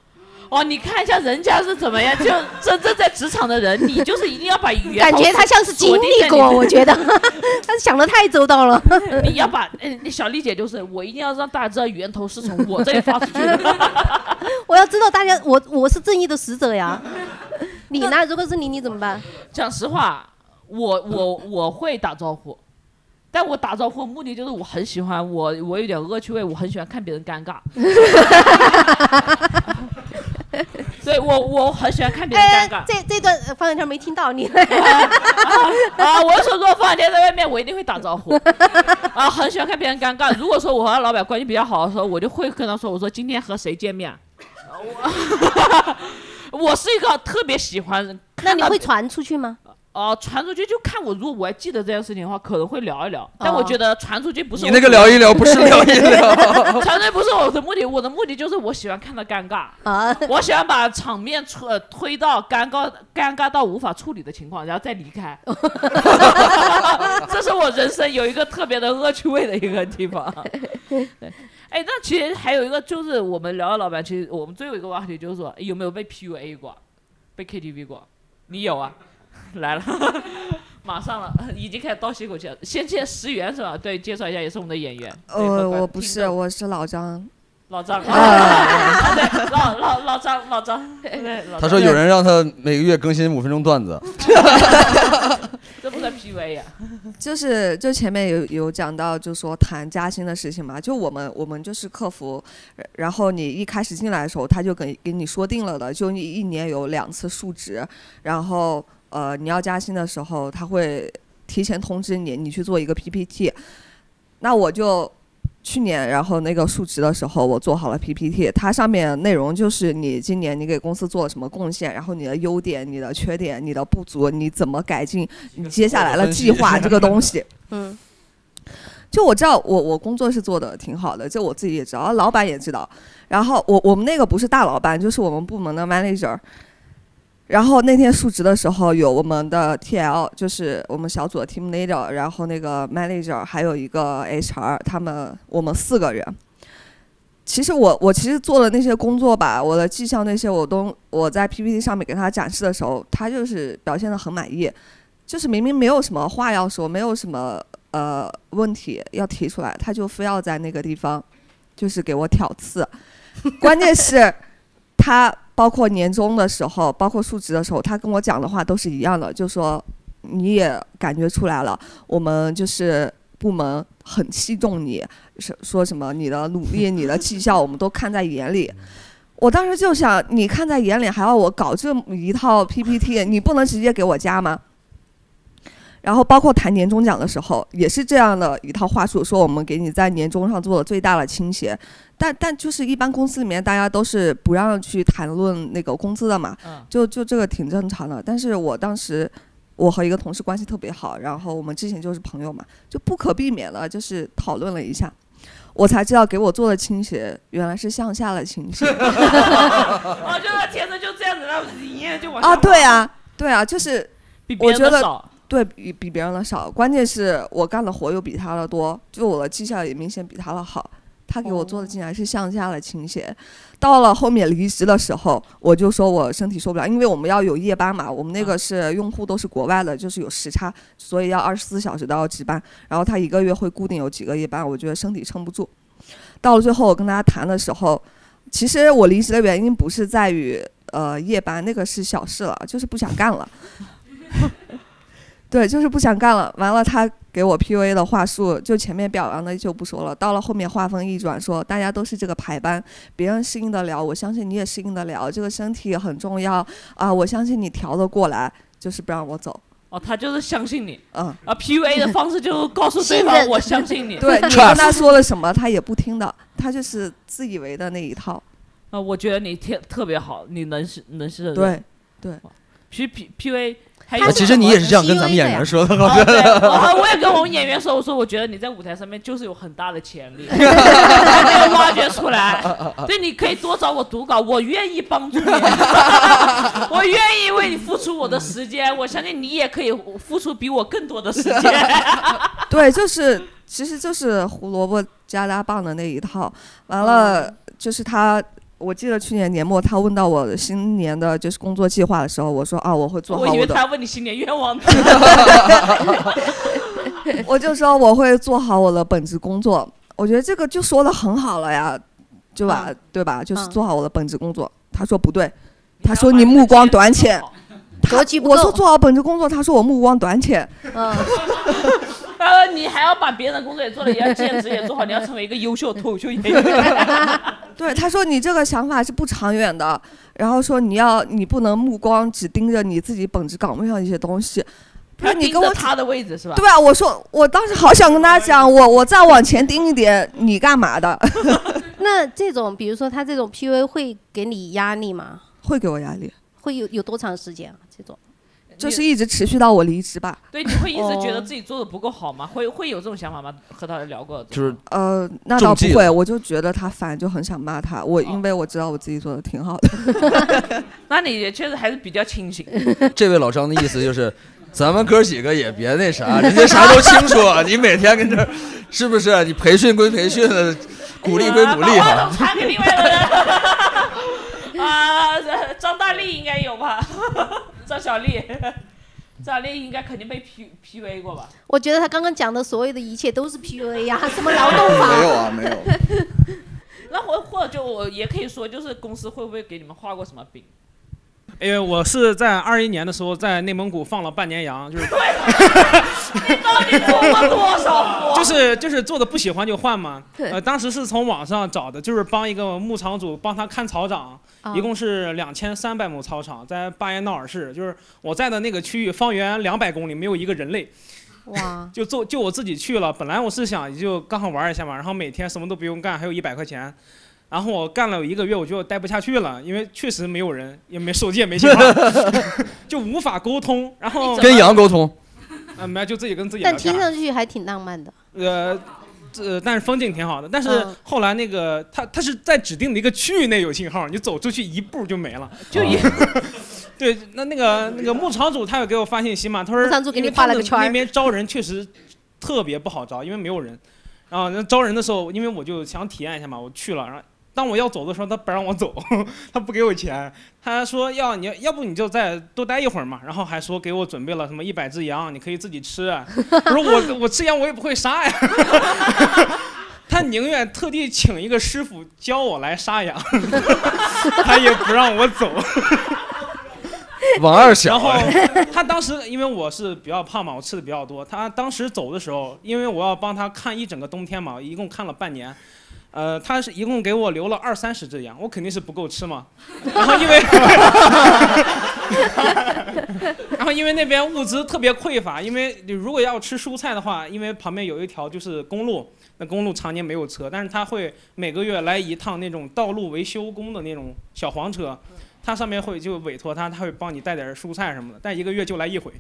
S2: 哦，你看一下人家是怎么样，就真正在职场的人，你就是一定要把源
S1: 感
S2: 头
S1: 觉他像是经
S2: 锁定在
S1: 历
S2: 你
S1: 过，我觉得他想的太周到了。
S2: 你要把， 嗯，那小丽姐就是我一定要让大家知道源头是从我这里发出去的。
S1: 我要知道大家，我我是正义的使者 呀。你呢？如果是你，你怎么办？
S2: 讲实话，我我我会打招呼，但我打招呼目的就是我很喜欢我我有点恶趣味，我很喜欢看别人尴尬。对我我很喜欢看别人尴尬
S1: 哎。这这段呃方小天没听到 你。
S2: 啊，我说如果放天在外面，我一定会打招呼。 啊，很喜欢看别人尴尬。如果说我和老板关系比较好的时候，我就会跟他说，我说今天和谁见面。 啊我我是一个特别喜欢。
S1: 那你会传出去吗？
S2: 哦、传出去就看我，如果我还记得这件事情的话，可能会聊一聊。但我
S1: 哦
S2: 觉得传出去不是
S8: 你
S2: 我
S8: 那个
S2: 主要
S8: 聊一聊不是聊一聊
S2: 传出去不是我的目的，我的目的就是我喜欢看他尴尬
S1: 啊，
S2: 我喜欢把场面出呃推到尴尬尴尬到无法处理的情况，然后再离 开。 这是我人生有一个特别的恶趣味的一个地方。哎，那其实还有一个就是我们聊到老板，其实我们最后一个话题就是说，哎有没有被 PUA 过，被 KTV 过？你有啊？ 来了，马上了，已经开始倒吸口气了。先介石原是吧？对，介绍一下，也是我们的演员。对
S16: 呃，
S2: 和观
S16: 我不是，我是老张。
S2: 老 张，
S16: 啊
S2: 啊，对， 老老老张，老张， 对老张
S8: 他说有人让他每个月更新五分钟段 子，
S2: 这不算 PUA 呀、
S16: 就是就前面有有讲到，就说谈加薪的事情嘛，就我们我们就是客服，呃然后你一开始进来的时候，他就给给你说定了的，就你一年有两次述职，然后呃你要加薪的时候，他会提前通知你，你去做一个 PPT，那我就。去年，然后那个述职的时候，我做好了 PPT，它上面内容就是你今年你给公司做了什么贡献，然后你的优点、你的缺点、你的不足，你怎么改进，你接下来的计划这个东西。
S1: 嗯，
S16: 就我知道我我工作是做的挺好的，就我自己也知道，老板也知道。然后我我们那个不是大老板，就是我们部门的 manager。然后那天述职的时候，有我们的 TL，就是我们小组的 team leader，然后那个 manager，还有一个 HR，他们我们四个人。其实我我其实做的那些工作吧，我的绩效那些我都我在 PPT 上面给他展示的时候，他就是表现的很满意，就是明明没有什么话要说，没有什么呃问题要提出来，他就非要在那个地方就是给我挑刺。关键是，他包括年终的时候，包括述职的时候，他跟我讲的话都是一样的，就说你也感觉出来了，我们就是部门很器重你，是说什么你的努力、你的绩效，我们都看在眼里。我当时就想，你看在眼里，还要我搞这么一套 PPT，你不能直接给我加吗？然后包括谈年终奖的时候，也是这样的一套话术，说我们给你在年终上做了最大的倾斜。但但就是一般公司里面大家都是不让去谈论那个工资的嘛，就就这个挺正常的。但是我当时我和一个同事关系特别好，然后我们之前就是朋友嘛，就不可避免的就是讨论了一下。我才知道给我做的倾斜原来是向下的倾斜。
S2: 哦，就他天生就这样子，然后一夜就往下
S16: 啊，对
S2: 呀、
S16: 啊，对啊，就是
S2: 比别
S16: 我
S2: 人
S16: 觉
S2: 的
S16: 得
S2: 少
S16: 对比比别人的少，关键是我干的活又比他的多，就我的绩效也明显比他的好。他给我
S2: 哦
S16: 做的竟然是向下的倾斜，到了后面离职的时候，我就说我身体受不了，因为我们要有夜班嘛，我们
S2: 嗯
S16: 那个是用户都是国外的，就是有时差，所以要二十四小时都要值班。然后他一个月会固定有几个夜班，我觉得身体撑不住。到了最后，我跟他谈的时候，其实我离职的原因不是在于呃夜班，那个是小事了，就是不想干了。对，就是不想干了。完了，他给我 PUA 的话术，就前面表扬的就不说了。到了后面话锋一转说，大家都是这个排班，别人适应得了，我相信你也适应得了。这个身体很重要啊，我相信你调得过来，就是不让我走。
S2: 哦，他就是相信你，
S16: 嗯，
S2: 啊，PUA 的方式就是告诉对
S16: 信
S2: 方
S16: 任
S2: 我相信你，
S16: 对你跟他说了什么，他也不听的，他就是自以为的那一套。
S2: 啊，我觉得你特特别好，你能是能是
S16: 对，对，
S2: 其实 P P V 还
S8: 哦
S2: 有
S8: 其实你也是这样跟咱们演员说的
S2: 我
S8: 我觉得
S2: 啊我也跟我们演员说，我说我觉得你在舞台上面就是有很大的潜力，还 没有挖掘出来。对，你可以多找我读稿，我愿意帮助你， 我愿意为你付出我的时间，我相信你也可以付出比我更多的时间。
S16: 对，就是其实就是胡萝卜加大棒的那一套。完
S2: 嗯
S16: 了，就是他，我记得去年年末他问到我新年的就是工作计划的时候，我说啊，我会做
S2: 我
S16: 好
S2: 以为
S16: 我的
S2: 他问你新年愿 望呢。
S16: 我就说我会做好我的本职工作。我觉得这个就说的很好了呀，对吧？
S2: 嗯
S16: 对吧？就是做好我的本职工作。他说不对，他说你目光短浅，他我说做好本职工作，他说我目光短浅。
S1: 嗯，
S2: 他说你还要把别人的工作也做了，也要兼职也做好，你要成为一个优秀的脱口秀演员。
S16: 对，他说你这个想法是不长远的，然后说你要你不能目光只盯着你自己本职岗位上一些东西。 不
S2: 他
S16: 是你
S2: 盯
S16: 跟
S2: 着
S16: 我
S2: 他的位置是吧？
S16: 对啊，我说我当时好想跟他讲，我我再往前盯一点，你干嘛的？
S1: 那这种，比如说他这种 PUA 会给你压力吗？
S16: 会给我压力，
S1: 会有有多长时间啊？这种
S16: 就是一直持续到我离职吧。
S2: 对，你会一
S16: 哦
S2: 直觉得自己做的不够好吗？会会有这种想法吗？和他聊过？
S8: 就是
S16: 呃，那倒不
S8: 中计
S16: 会，
S8: 了
S16: 我就觉得他烦，就很想骂他。
S2: 哦
S16: 我因为我知道我自己做的挺 好的，
S2: 那你也确实还是比较清醒。
S8: 这位老张的意思 就是，咱们哥几个也别那啥，人家啥都清楚，你每天跟这儿是不是？你培训归培训， 鼓励归鼓励啊
S2: 把话
S8: 哈
S2: 筒。传给另外的 人。啊，这张大力应该有吧？ 张小丽， 张小丽应该肯定被 P P V 过吧？
S1: 我觉得他刚刚讲的所有的一切都是 PUA 呀、什么劳动法，
S12: 没有啊，没有。
S2: 那或或者就我也可以说，就是公司会不会给你们画过什么饼？
S11: 因为我是在二一年的时候在内蒙古放了半年羊，就是
S2: 啊做过多少活？
S11: 就是就是做的不喜欢就换嘛。
S2: 对
S11: 呃，当时是从网上找的，就是帮一个牧场主帮他看草场，
S2: 啊
S11: 一共是两千三百亩草场，在巴彦淖尔市，就是我在的那个区域，方圆两百公里没有一个人类。
S1: 哇，
S11: 就做就我自己去了，本来我是想就刚好玩一下嘛，然后每天什么都不用干，还有一百块钱。然后我干了有一个月，我就待不下去了，因为确实没有人，也没手机，也没信号， 就无法沟通。然后
S8: 跟羊沟通，
S11: 啊，没有，就自己跟自己聊
S1: 但
S11: 天
S1: 听。上去还挺浪漫的。
S11: 呃，这但是风景挺好的。但是
S1: 嗯
S11: 后来那个他他是在指定的一个区域内有信号，你走出去一步就没了，就一。 对，那那个那个牧场主他有给我发信息嘛，他说
S1: 牧场主给
S11: 因为
S1: 你画
S11: 他
S1: 了个
S11: 们
S1: 圈儿
S11: 那边招人确实特别不好招，因为没有人。然后啊那招人的时候，因为我就想体验一下嘛，我去了，然后。当我要走的时候，他不让我走， 他不给我钱，他说要你要不你就再多待一会儿嘛，然后还说给我准备了什么一百只羊，你可以自己吃。啊 我说我我吃羊我也不会杀呀， 他宁愿特地请一个师傅教我来杀羊， 他也不让我走。
S8: 王二小哎
S11: 然后他当时因为我是比较胖嘛，我吃的比较多。他当时走的时候，因为我要帮他看一整个冬天嘛，一共看了半年。呃，他是一共给我留了二三十只羊，我肯定是不够吃嘛。然后因为，然后因为那边物资特别匮乏，因为你如果要吃蔬菜的话，因为旁边有一条就是公路，那公路常年没有车，但是他会每个月来一趟那种道路维修工的那种小黄车，他上面会就委托他，他会帮你带点蔬菜什么的，但一个月就来一回。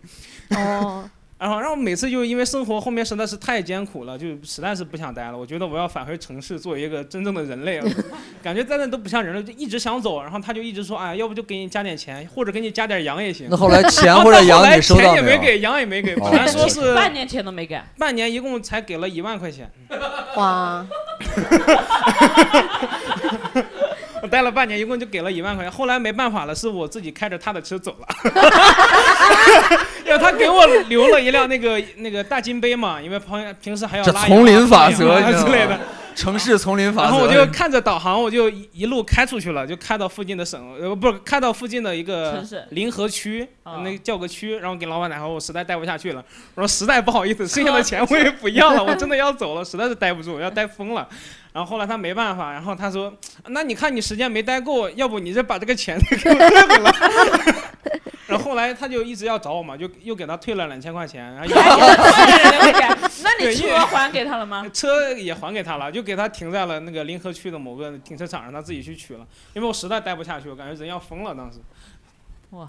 S1: 哦，
S11: 然啊后，然后每次就因为生活后面实在是太艰苦了，就实在是不想待了。我觉得我要返回城市，做一个真正的人类了，啊 感觉在那都不像人了，就一直想走。然后他就一直说，哎，要不就给你加点钱，或者给你加点羊也行。
S8: 那后来钱
S11: 然后
S8: 或者羊
S11: 后来
S8: 你收到
S11: 钱也
S8: 没有
S11: 没给，羊也没给，
S8: 哦
S11: 本来说是
S2: 半年前都没给。
S11: 半年一共才给了一万块钱，
S1: 哇，
S11: 我待了半年，一共就给了一万块钱。后来没办法了，是我自己开着他的车走了， 因为他给我留了一辆那个那个大金杯嘛，因为朋友平时还要
S8: 这
S11: 拉
S8: 丛林
S11: 羊啊
S8: 法
S11: 拉
S8: 则
S11: 羊啊
S8: 你知道
S11: 之类
S8: 吗
S11: 的。
S8: 城市丛林法则。
S11: 然后我就看着导航，我就一一路开出去了，就开到附近的省，呃，不是开到附近的一个
S2: 城市哦
S11: 临河区，那个教革区，然后给老板打电话，我实在待不下去了，我说实在不好意思，剩 下的钱我也不要了，我真的要走了，实在是待不住，要待疯了。然后后来他没办法，然后他说，那你看你时间没待够，要不你就把这个钱 给我退回来。然后后来他就一直要找我嘛， 就又给他退了两千块钱，然 后
S2: 那你车还给他了吗？
S11: 车也还给他了，就给他停在了那个临河区的某个停车场，让他自己去取了。因为我实在待不下去，我感觉人要疯了，当时
S2: 哇，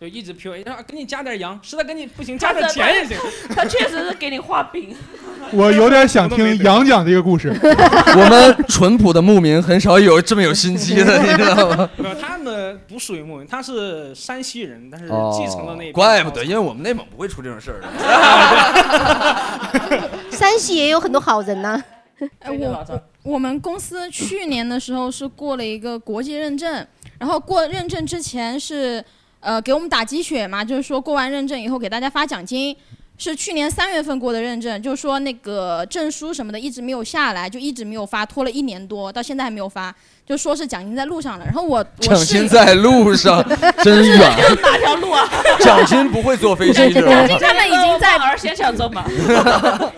S11: 就一直 PUA，让给你加点羊，实在给你不行加点钱也行。
S2: 他确实是 给你画饼。
S6: 我有点想听杨讲这个故事。
S8: 我们淳朴的牧民很少有这么有心机的， 你知道吗？
S11: 没有，他们不属于牧民，他是山西人，但是
S8: 哦
S11: 继承了那一片
S8: 怪不得，因为我们内蒙不会出这种事儿的。
S1: 山西也有很多好人啊呐、
S3: 哎，我我我们公司去年的时候是过了一个国际认证，然后过认证之前是呃给我们打鸡血嘛，就是说过完认证以后给大家发奖金。是去年三月份过的认证，就是说那个证书什么的一直没有下来，就一直没有发，拖了一年多，到现在还没有发，就说是奖金在路上了。然后我我
S8: 奖
S3: 室
S8: 金
S3: 友
S8: 在路上，真远。
S2: 哪条路啊？
S8: 奖金不会坐飞 机，知道
S3: 奖
S8: 吗？
S3: 金他们已经在
S2: 儿先抢走嘛。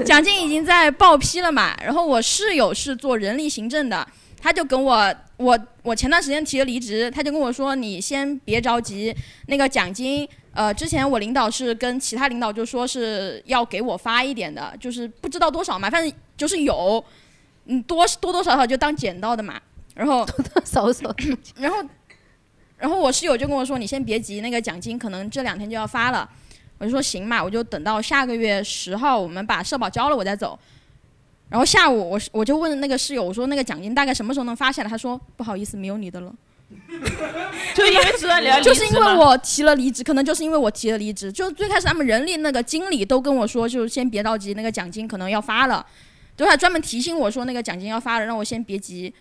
S3: 奖金已经在报批了嘛。然后我室友是做人力行政的，他就跟我我我前段时间提了离职，他就跟我说你先别着急，那个奖金。呃，之前我领导是跟其他领导就说是要给我发一点的，就是不知道多少嘛，反正就是有，嗯，多多多少少就当捡到的嘛。然后多
S1: 多少少，
S3: 然后然后我室友就跟我说：“你先别急，那个奖金可能这两天就要发了。”我就说：“行嘛，我就等到下个月十号我们把社保交了，我再走。”然后下午我是我就问那个室友：“我说那个奖金大概什么时候能发下来？”他说：“不好意思，没有你的了。”
S2: 就 因为知道你要离职
S3: 就是因为
S2: 吗
S3: 我提了离职，可能就是因为我提了离职。就最开始他们人力那个经理都跟我说，就是先别着急，那个奖金可能要发了。就他专门提醒我说那个奖金要发了，让我先别急。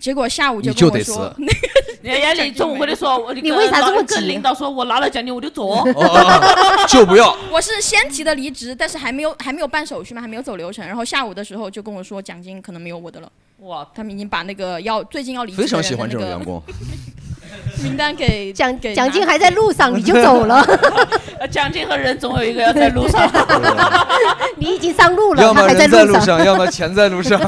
S3: 结果下午就跟
S8: 你就
S3: 我
S8: 得
S3: 说
S8: 死，
S2: 人家李中午跟你说，我
S3: 你为啥这么急
S2: 跟领导说我拿了奖金我 就走？
S8: 哦就不要。
S3: 我是先提的离职，但是还没有还没有办手续嘛，还没有走流程。然后下午的时候就跟我说奖金可能没有我的了。
S2: 哇，
S3: 他们已经把那个要最近要离职的
S8: 非常
S3: 人
S8: 喜欢
S3: 的
S8: 这种
S3: 那个
S8: 员工。
S3: 名单给
S1: 奖
S3: 给
S1: 奖金
S3: 拿
S1: 还在路上，你就走了，
S2: 呃奖金和人总有一个要在路上。
S1: 你已经上路
S8: 要
S1: 了，他
S8: 么
S1: 还
S8: 人
S1: 路
S8: 路上，要么钱在路 上。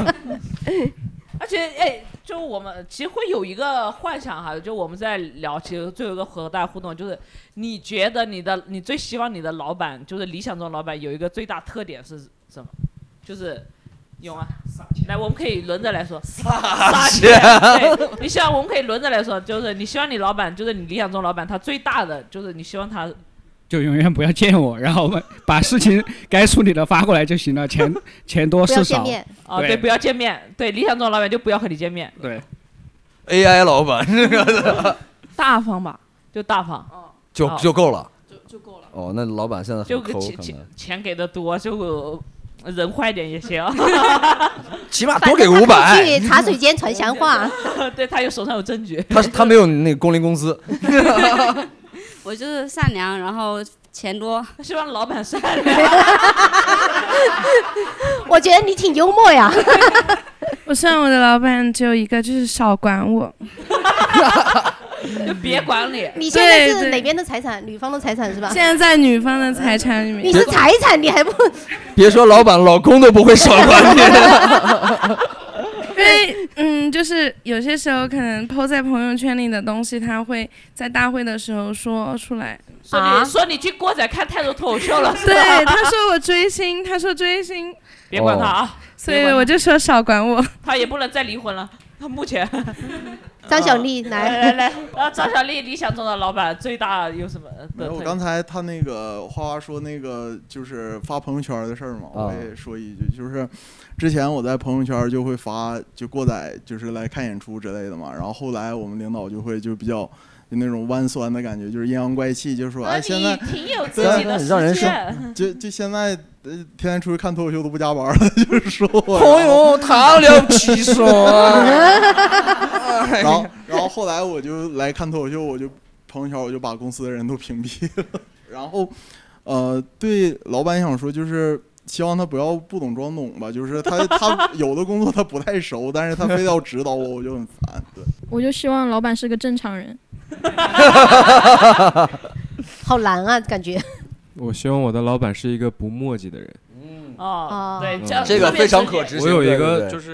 S2: 而且，哎，就我们其实会有一个幻想哈，就我们在聊，其实最后一个和大家互动就是，你觉得你的你最希望你的老板，就是理想中的老板有一个最大特点是什么？就是有啊，来，我们可以轮着来说。撒
S8: 钱
S2: 对，你希望我们可以轮着来说，就是你希望你老板，就是你理想中老板，他最大的就是你希望他
S13: 就永远不要见我，然后我们把事情该处理的发过来就行了，钱钱多
S2: 不要
S13: 事
S2: 见
S13: 少
S2: 面。啊，
S13: 对
S2: 对，不要见面，对，理想中的老板就不要和你见面，
S13: 对
S8: AI 老板 这个
S2: 大方吧，就大方，
S8: 就
S2: 哦
S8: 就够了。
S2: 就就够了。
S8: 哦，那老板现在
S2: 就
S8: 很
S2: 给
S8: 抠，
S2: 钱
S8: 可能
S2: 钱钱给的多，就呃人坏点 也行。
S8: 起码多给五百
S1: 去。茶水间传闲话。
S2: 对他有手上有证据。
S8: 他他没有那个工龄工资，
S10: 我就是善良，然后钱 多，
S2: 希望老板善
S1: 我觉得你挺幽默呀。
S14: 我希望我的老板只有一个，就是少管我。
S2: 就别管理。
S1: 你现在
S14: 对
S1: 是
S14: 对
S1: 哪边的财产？女方的财产是吧？
S14: 现在在女方的财产里面，
S1: 你是财产，你还不
S8: 别说老板，老公都不会少管你。
S14: 因为嗯，就是有些时候可能 PO 在朋友圈里的东西，他会在大会的时候说出 来。
S2: 说你、说你去郭仔看太多脱口秀了，是吧
S14: 对，他说我追星，他说追星，
S2: 别管他啊，
S14: 所以我就说少管我。
S2: 他也不能再离婚了。他目前
S1: 张小丽
S2: 来
S1: 来
S2: 来来，啊，张小丽，理想中的老板最大有什么的
S12: 没
S2: 特
S12: 有，我
S2: 点？
S12: 刚才他那个花花说那个就是发朋友圈的事儿嘛，
S8: 啊
S12: 我也说一句，就是之前我在朋友圈就会发就过载，就是来看演出之类的嘛，然后后来我们领导就会就比较。就那种弯酸的感觉，就是阴阳怪气，就说
S2: 啊
S12: 哎，现在
S2: 你挺有自
S12: 对啊
S2: 己的
S12: 让人
S2: 世
S12: 说
S2: 界
S12: 就就现在，呃，天天出去看脱口秀都不加班儿了， 就是说我。
S8: 朋友他了其 说。
S12: 然后，然后后来我就来看脱口秀，我就朋友圈我就把公司的人都屏蔽了。 然后，呃，对老板想说就是希望他不要不懂装懂吧，就是他他有的工作他不太熟，但是他非要指导我，我就很烦。对，
S3: 我就希望老板是个正常人。
S1: 好难啊，感觉。
S5: 我希望我的老板是一个不墨迹的人。
S2: 哦，对，
S5: 嗯
S2: 这样特别直接
S5: 我有一
S8: 对对
S5: 个
S8: 对
S5: 就是。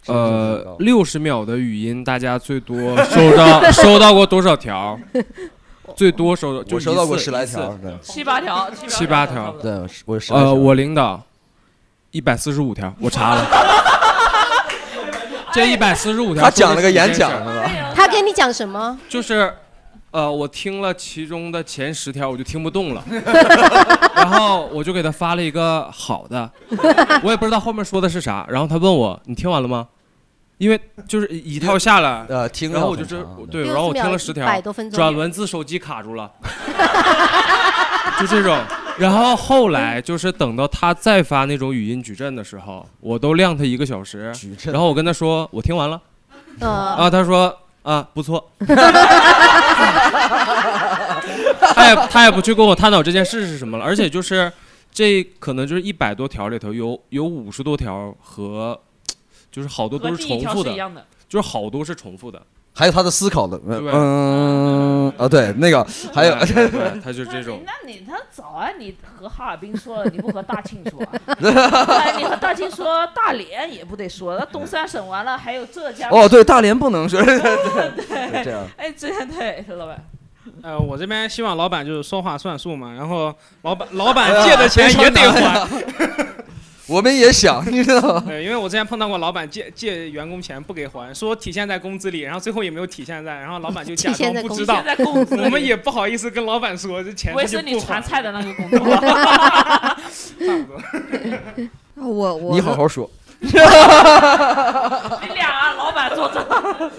S8: 是不是很
S5: 呃
S8: 高，
S5: 六十秒的语音，大家最多收 到收到过多少条？最多收到就
S8: 我收到
S5: 一次
S8: 过十来条
S5: 一次
S8: 对
S2: 七八条，七八
S5: 七八条。
S8: 对，我十来条
S5: 呃，我领导一百四十五条，我 查了，这一百四十五条
S8: 他
S5: 说的
S8: 讲了个
S5: 是一
S8: 演
S5: 件
S8: 讲
S5: 事儿
S8: 是吧
S1: 他给你讲什么？
S5: 就是，呃，我听了其中的前十条，我就听不动了，然后我就给他发了一个好的， 我也不知道后面说的是啥，然后他问我你听完了吗？因为就是一套下来，
S8: 呃，听
S5: 然后
S8: 了
S5: 我就
S8: 很
S5: 知
S8: 长对
S5: 对，
S8: 60
S5: 然后我听了
S1: 秒
S5: 十条
S1: 100多分，钟
S5: 转文字手机卡住 了，就这种。然后后来就是等到他再发那种语音矩阵的时候，我都晾他一个小时，然后我跟他说我听完了，
S1: 呃，
S5: 啊，他说啊不错，他也他也不去跟我探讨这件事是什么了，而且就是这可能就是一百多条里头有有五十多条和就是好多都是重
S2: 和第
S5: 复的，
S2: 一条是一样的
S5: 就是好多是重复的，
S8: 还有他的思考的，
S5: 对
S8: 嗯啊，对，那个还有，
S5: 对对他就这种。
S2: 那你他早啊，你和哈尔滨说了，你不和大庆说、啊， 哎你和大庆说大连也不得说，那东三省完了还有浙江。
S8: 哦，对，大连不能 说，对
S2: 对
S8: 对这样。
S2: 哎，这对老板，
S11: 呃，我这边希望老板就是说话算数嘛，然后老板老
S8: 哎
S11: 板借的钱也得 还。
S8: 我们也想，你知道吗？
S11: 对，因为我之前碰到过老板借借员工钱不给还，说体现在工资里，然后最后也没有体现在，然后老板就假装不知道
S2: 体现在 工资里
S11: 我们也不好意思跟老板说这钱
S2: 我
S11: 他
S2: 也
S11: 就是不
S2: 你传
S11: 还。
S2: 菜的那个工作。
S16: 啊我我
S8: 你好好说。
S2: 你俩啊老板坐这。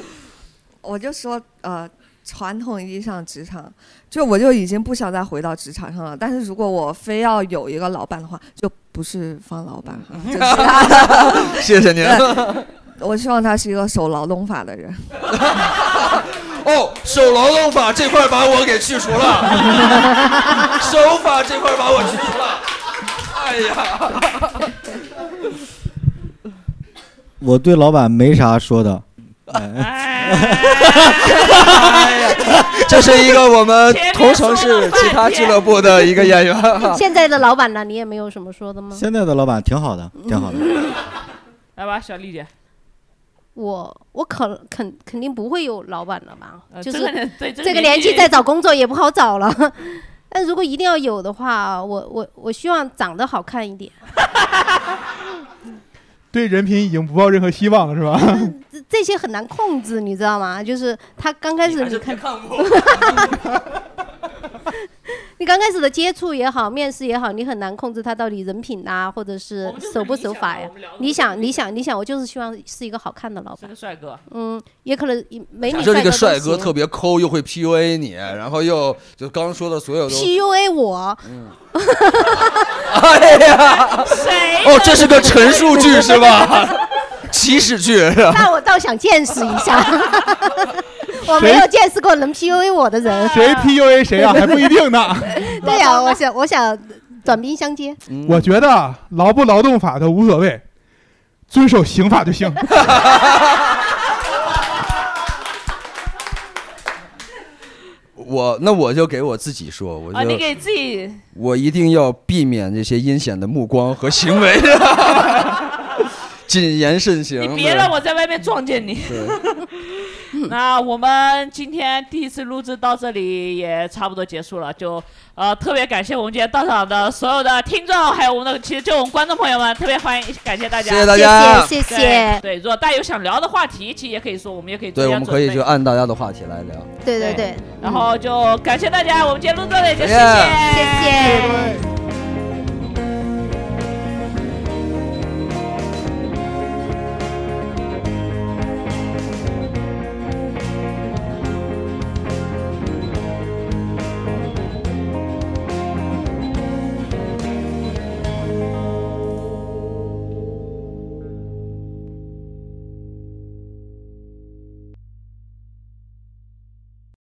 S16: 我就说呃，传统意义上职场，就我就已经不想再回到职场上了。但是如果我非要有一个老板的话，就不是方老板哈，就是他
S8: 嗯 谢谢您
S16: 对我希望他是一个守劳动法的人。
S8: 哦，守劳动法这块把我给去除 了，守法这块把我去除了。哎 呀，
S9: 我对老板没啥说的。
S2: 哎
S8: 哎这是一个我们同城市其他俱乐部的一个演员。
S2: 哎
S1: 现在的老板呢，你也没有什么说的吗？
S9: 现在的老板挺好的，挺好的。
S2: 来吧，小丽姐，
S1: 我我肯肯肯定不会有老板了吧？
S2: 呃
S1: 就
S2: 这
S1: 是
S2: 个年对这个
S1: 这个
S2: 年
S1: 年纪
S2: 纪
S1: 再找工作也不好找了。 但如果一定要有的话，我我我希望长得好看一点。
S6: 对人品已经不抱任何希望了，是 吧？
S1: 这这些很难控制，你知道吗？就是他刚开始你看， 你刚开始的接触也好，面试也好，你很难控制他到底人品啊，或者是啊守不守法呀、你想，你想，你想，我就是希望是一个好看的老板，
S2: 帅哥。
S1: 嗯，也可能美
S8: 假
S1: 女
S8: 设这个
S1: 帅
S8: 帅哥特别抠，又会 PUA 你，然后又就刚刚说的所有都
S1: PUA 我，
S8: 哎呀，
S1: 谁
S8: 哦，这是个陈述句是 吧？祈使句是吧？
S1: 那我倒想见识一 下，我没有见识过能 PUA 我的人。
S6: 谁 PUA 谁 啊？还不一定呢。
S1: 对呀、我想，我想短兵相接。
S8: 嗯
S6: 我觉得啊劳不劳动法的无所谓，遵守刑法就行。
S8: 我那我就给我自己说，我
S2: 啊，
S8: 就
S2: 你给自己
S8: 我一定要避免这些阴险的目光和行为， 谨言慎行。
S2: 别
S8: 对
S2: 让我在外面撞见你。
S8: 对
S2: 那我们今天第一次录制到这里也差不多结束了，就呃特别感谢我们今天到场的所有的听众，还有我们的其实就我们观众朋友们，特别欢迎感谢大家，
S8: 谢谢大家谢
S1: 谢谢谢
S2: 对对，如果大家有想聊的话题，其实也可以说，我们也可以
S8: 对，
S2: 多加
S8: 我们可以
S2: 准备嗯
S8: 就按大家的话题来聊。
S1: 对对对，
S2: 然后就感谢大家，我们今天录到这里，就谢
S8: 再见
S2: 谢
S1: 谢谢。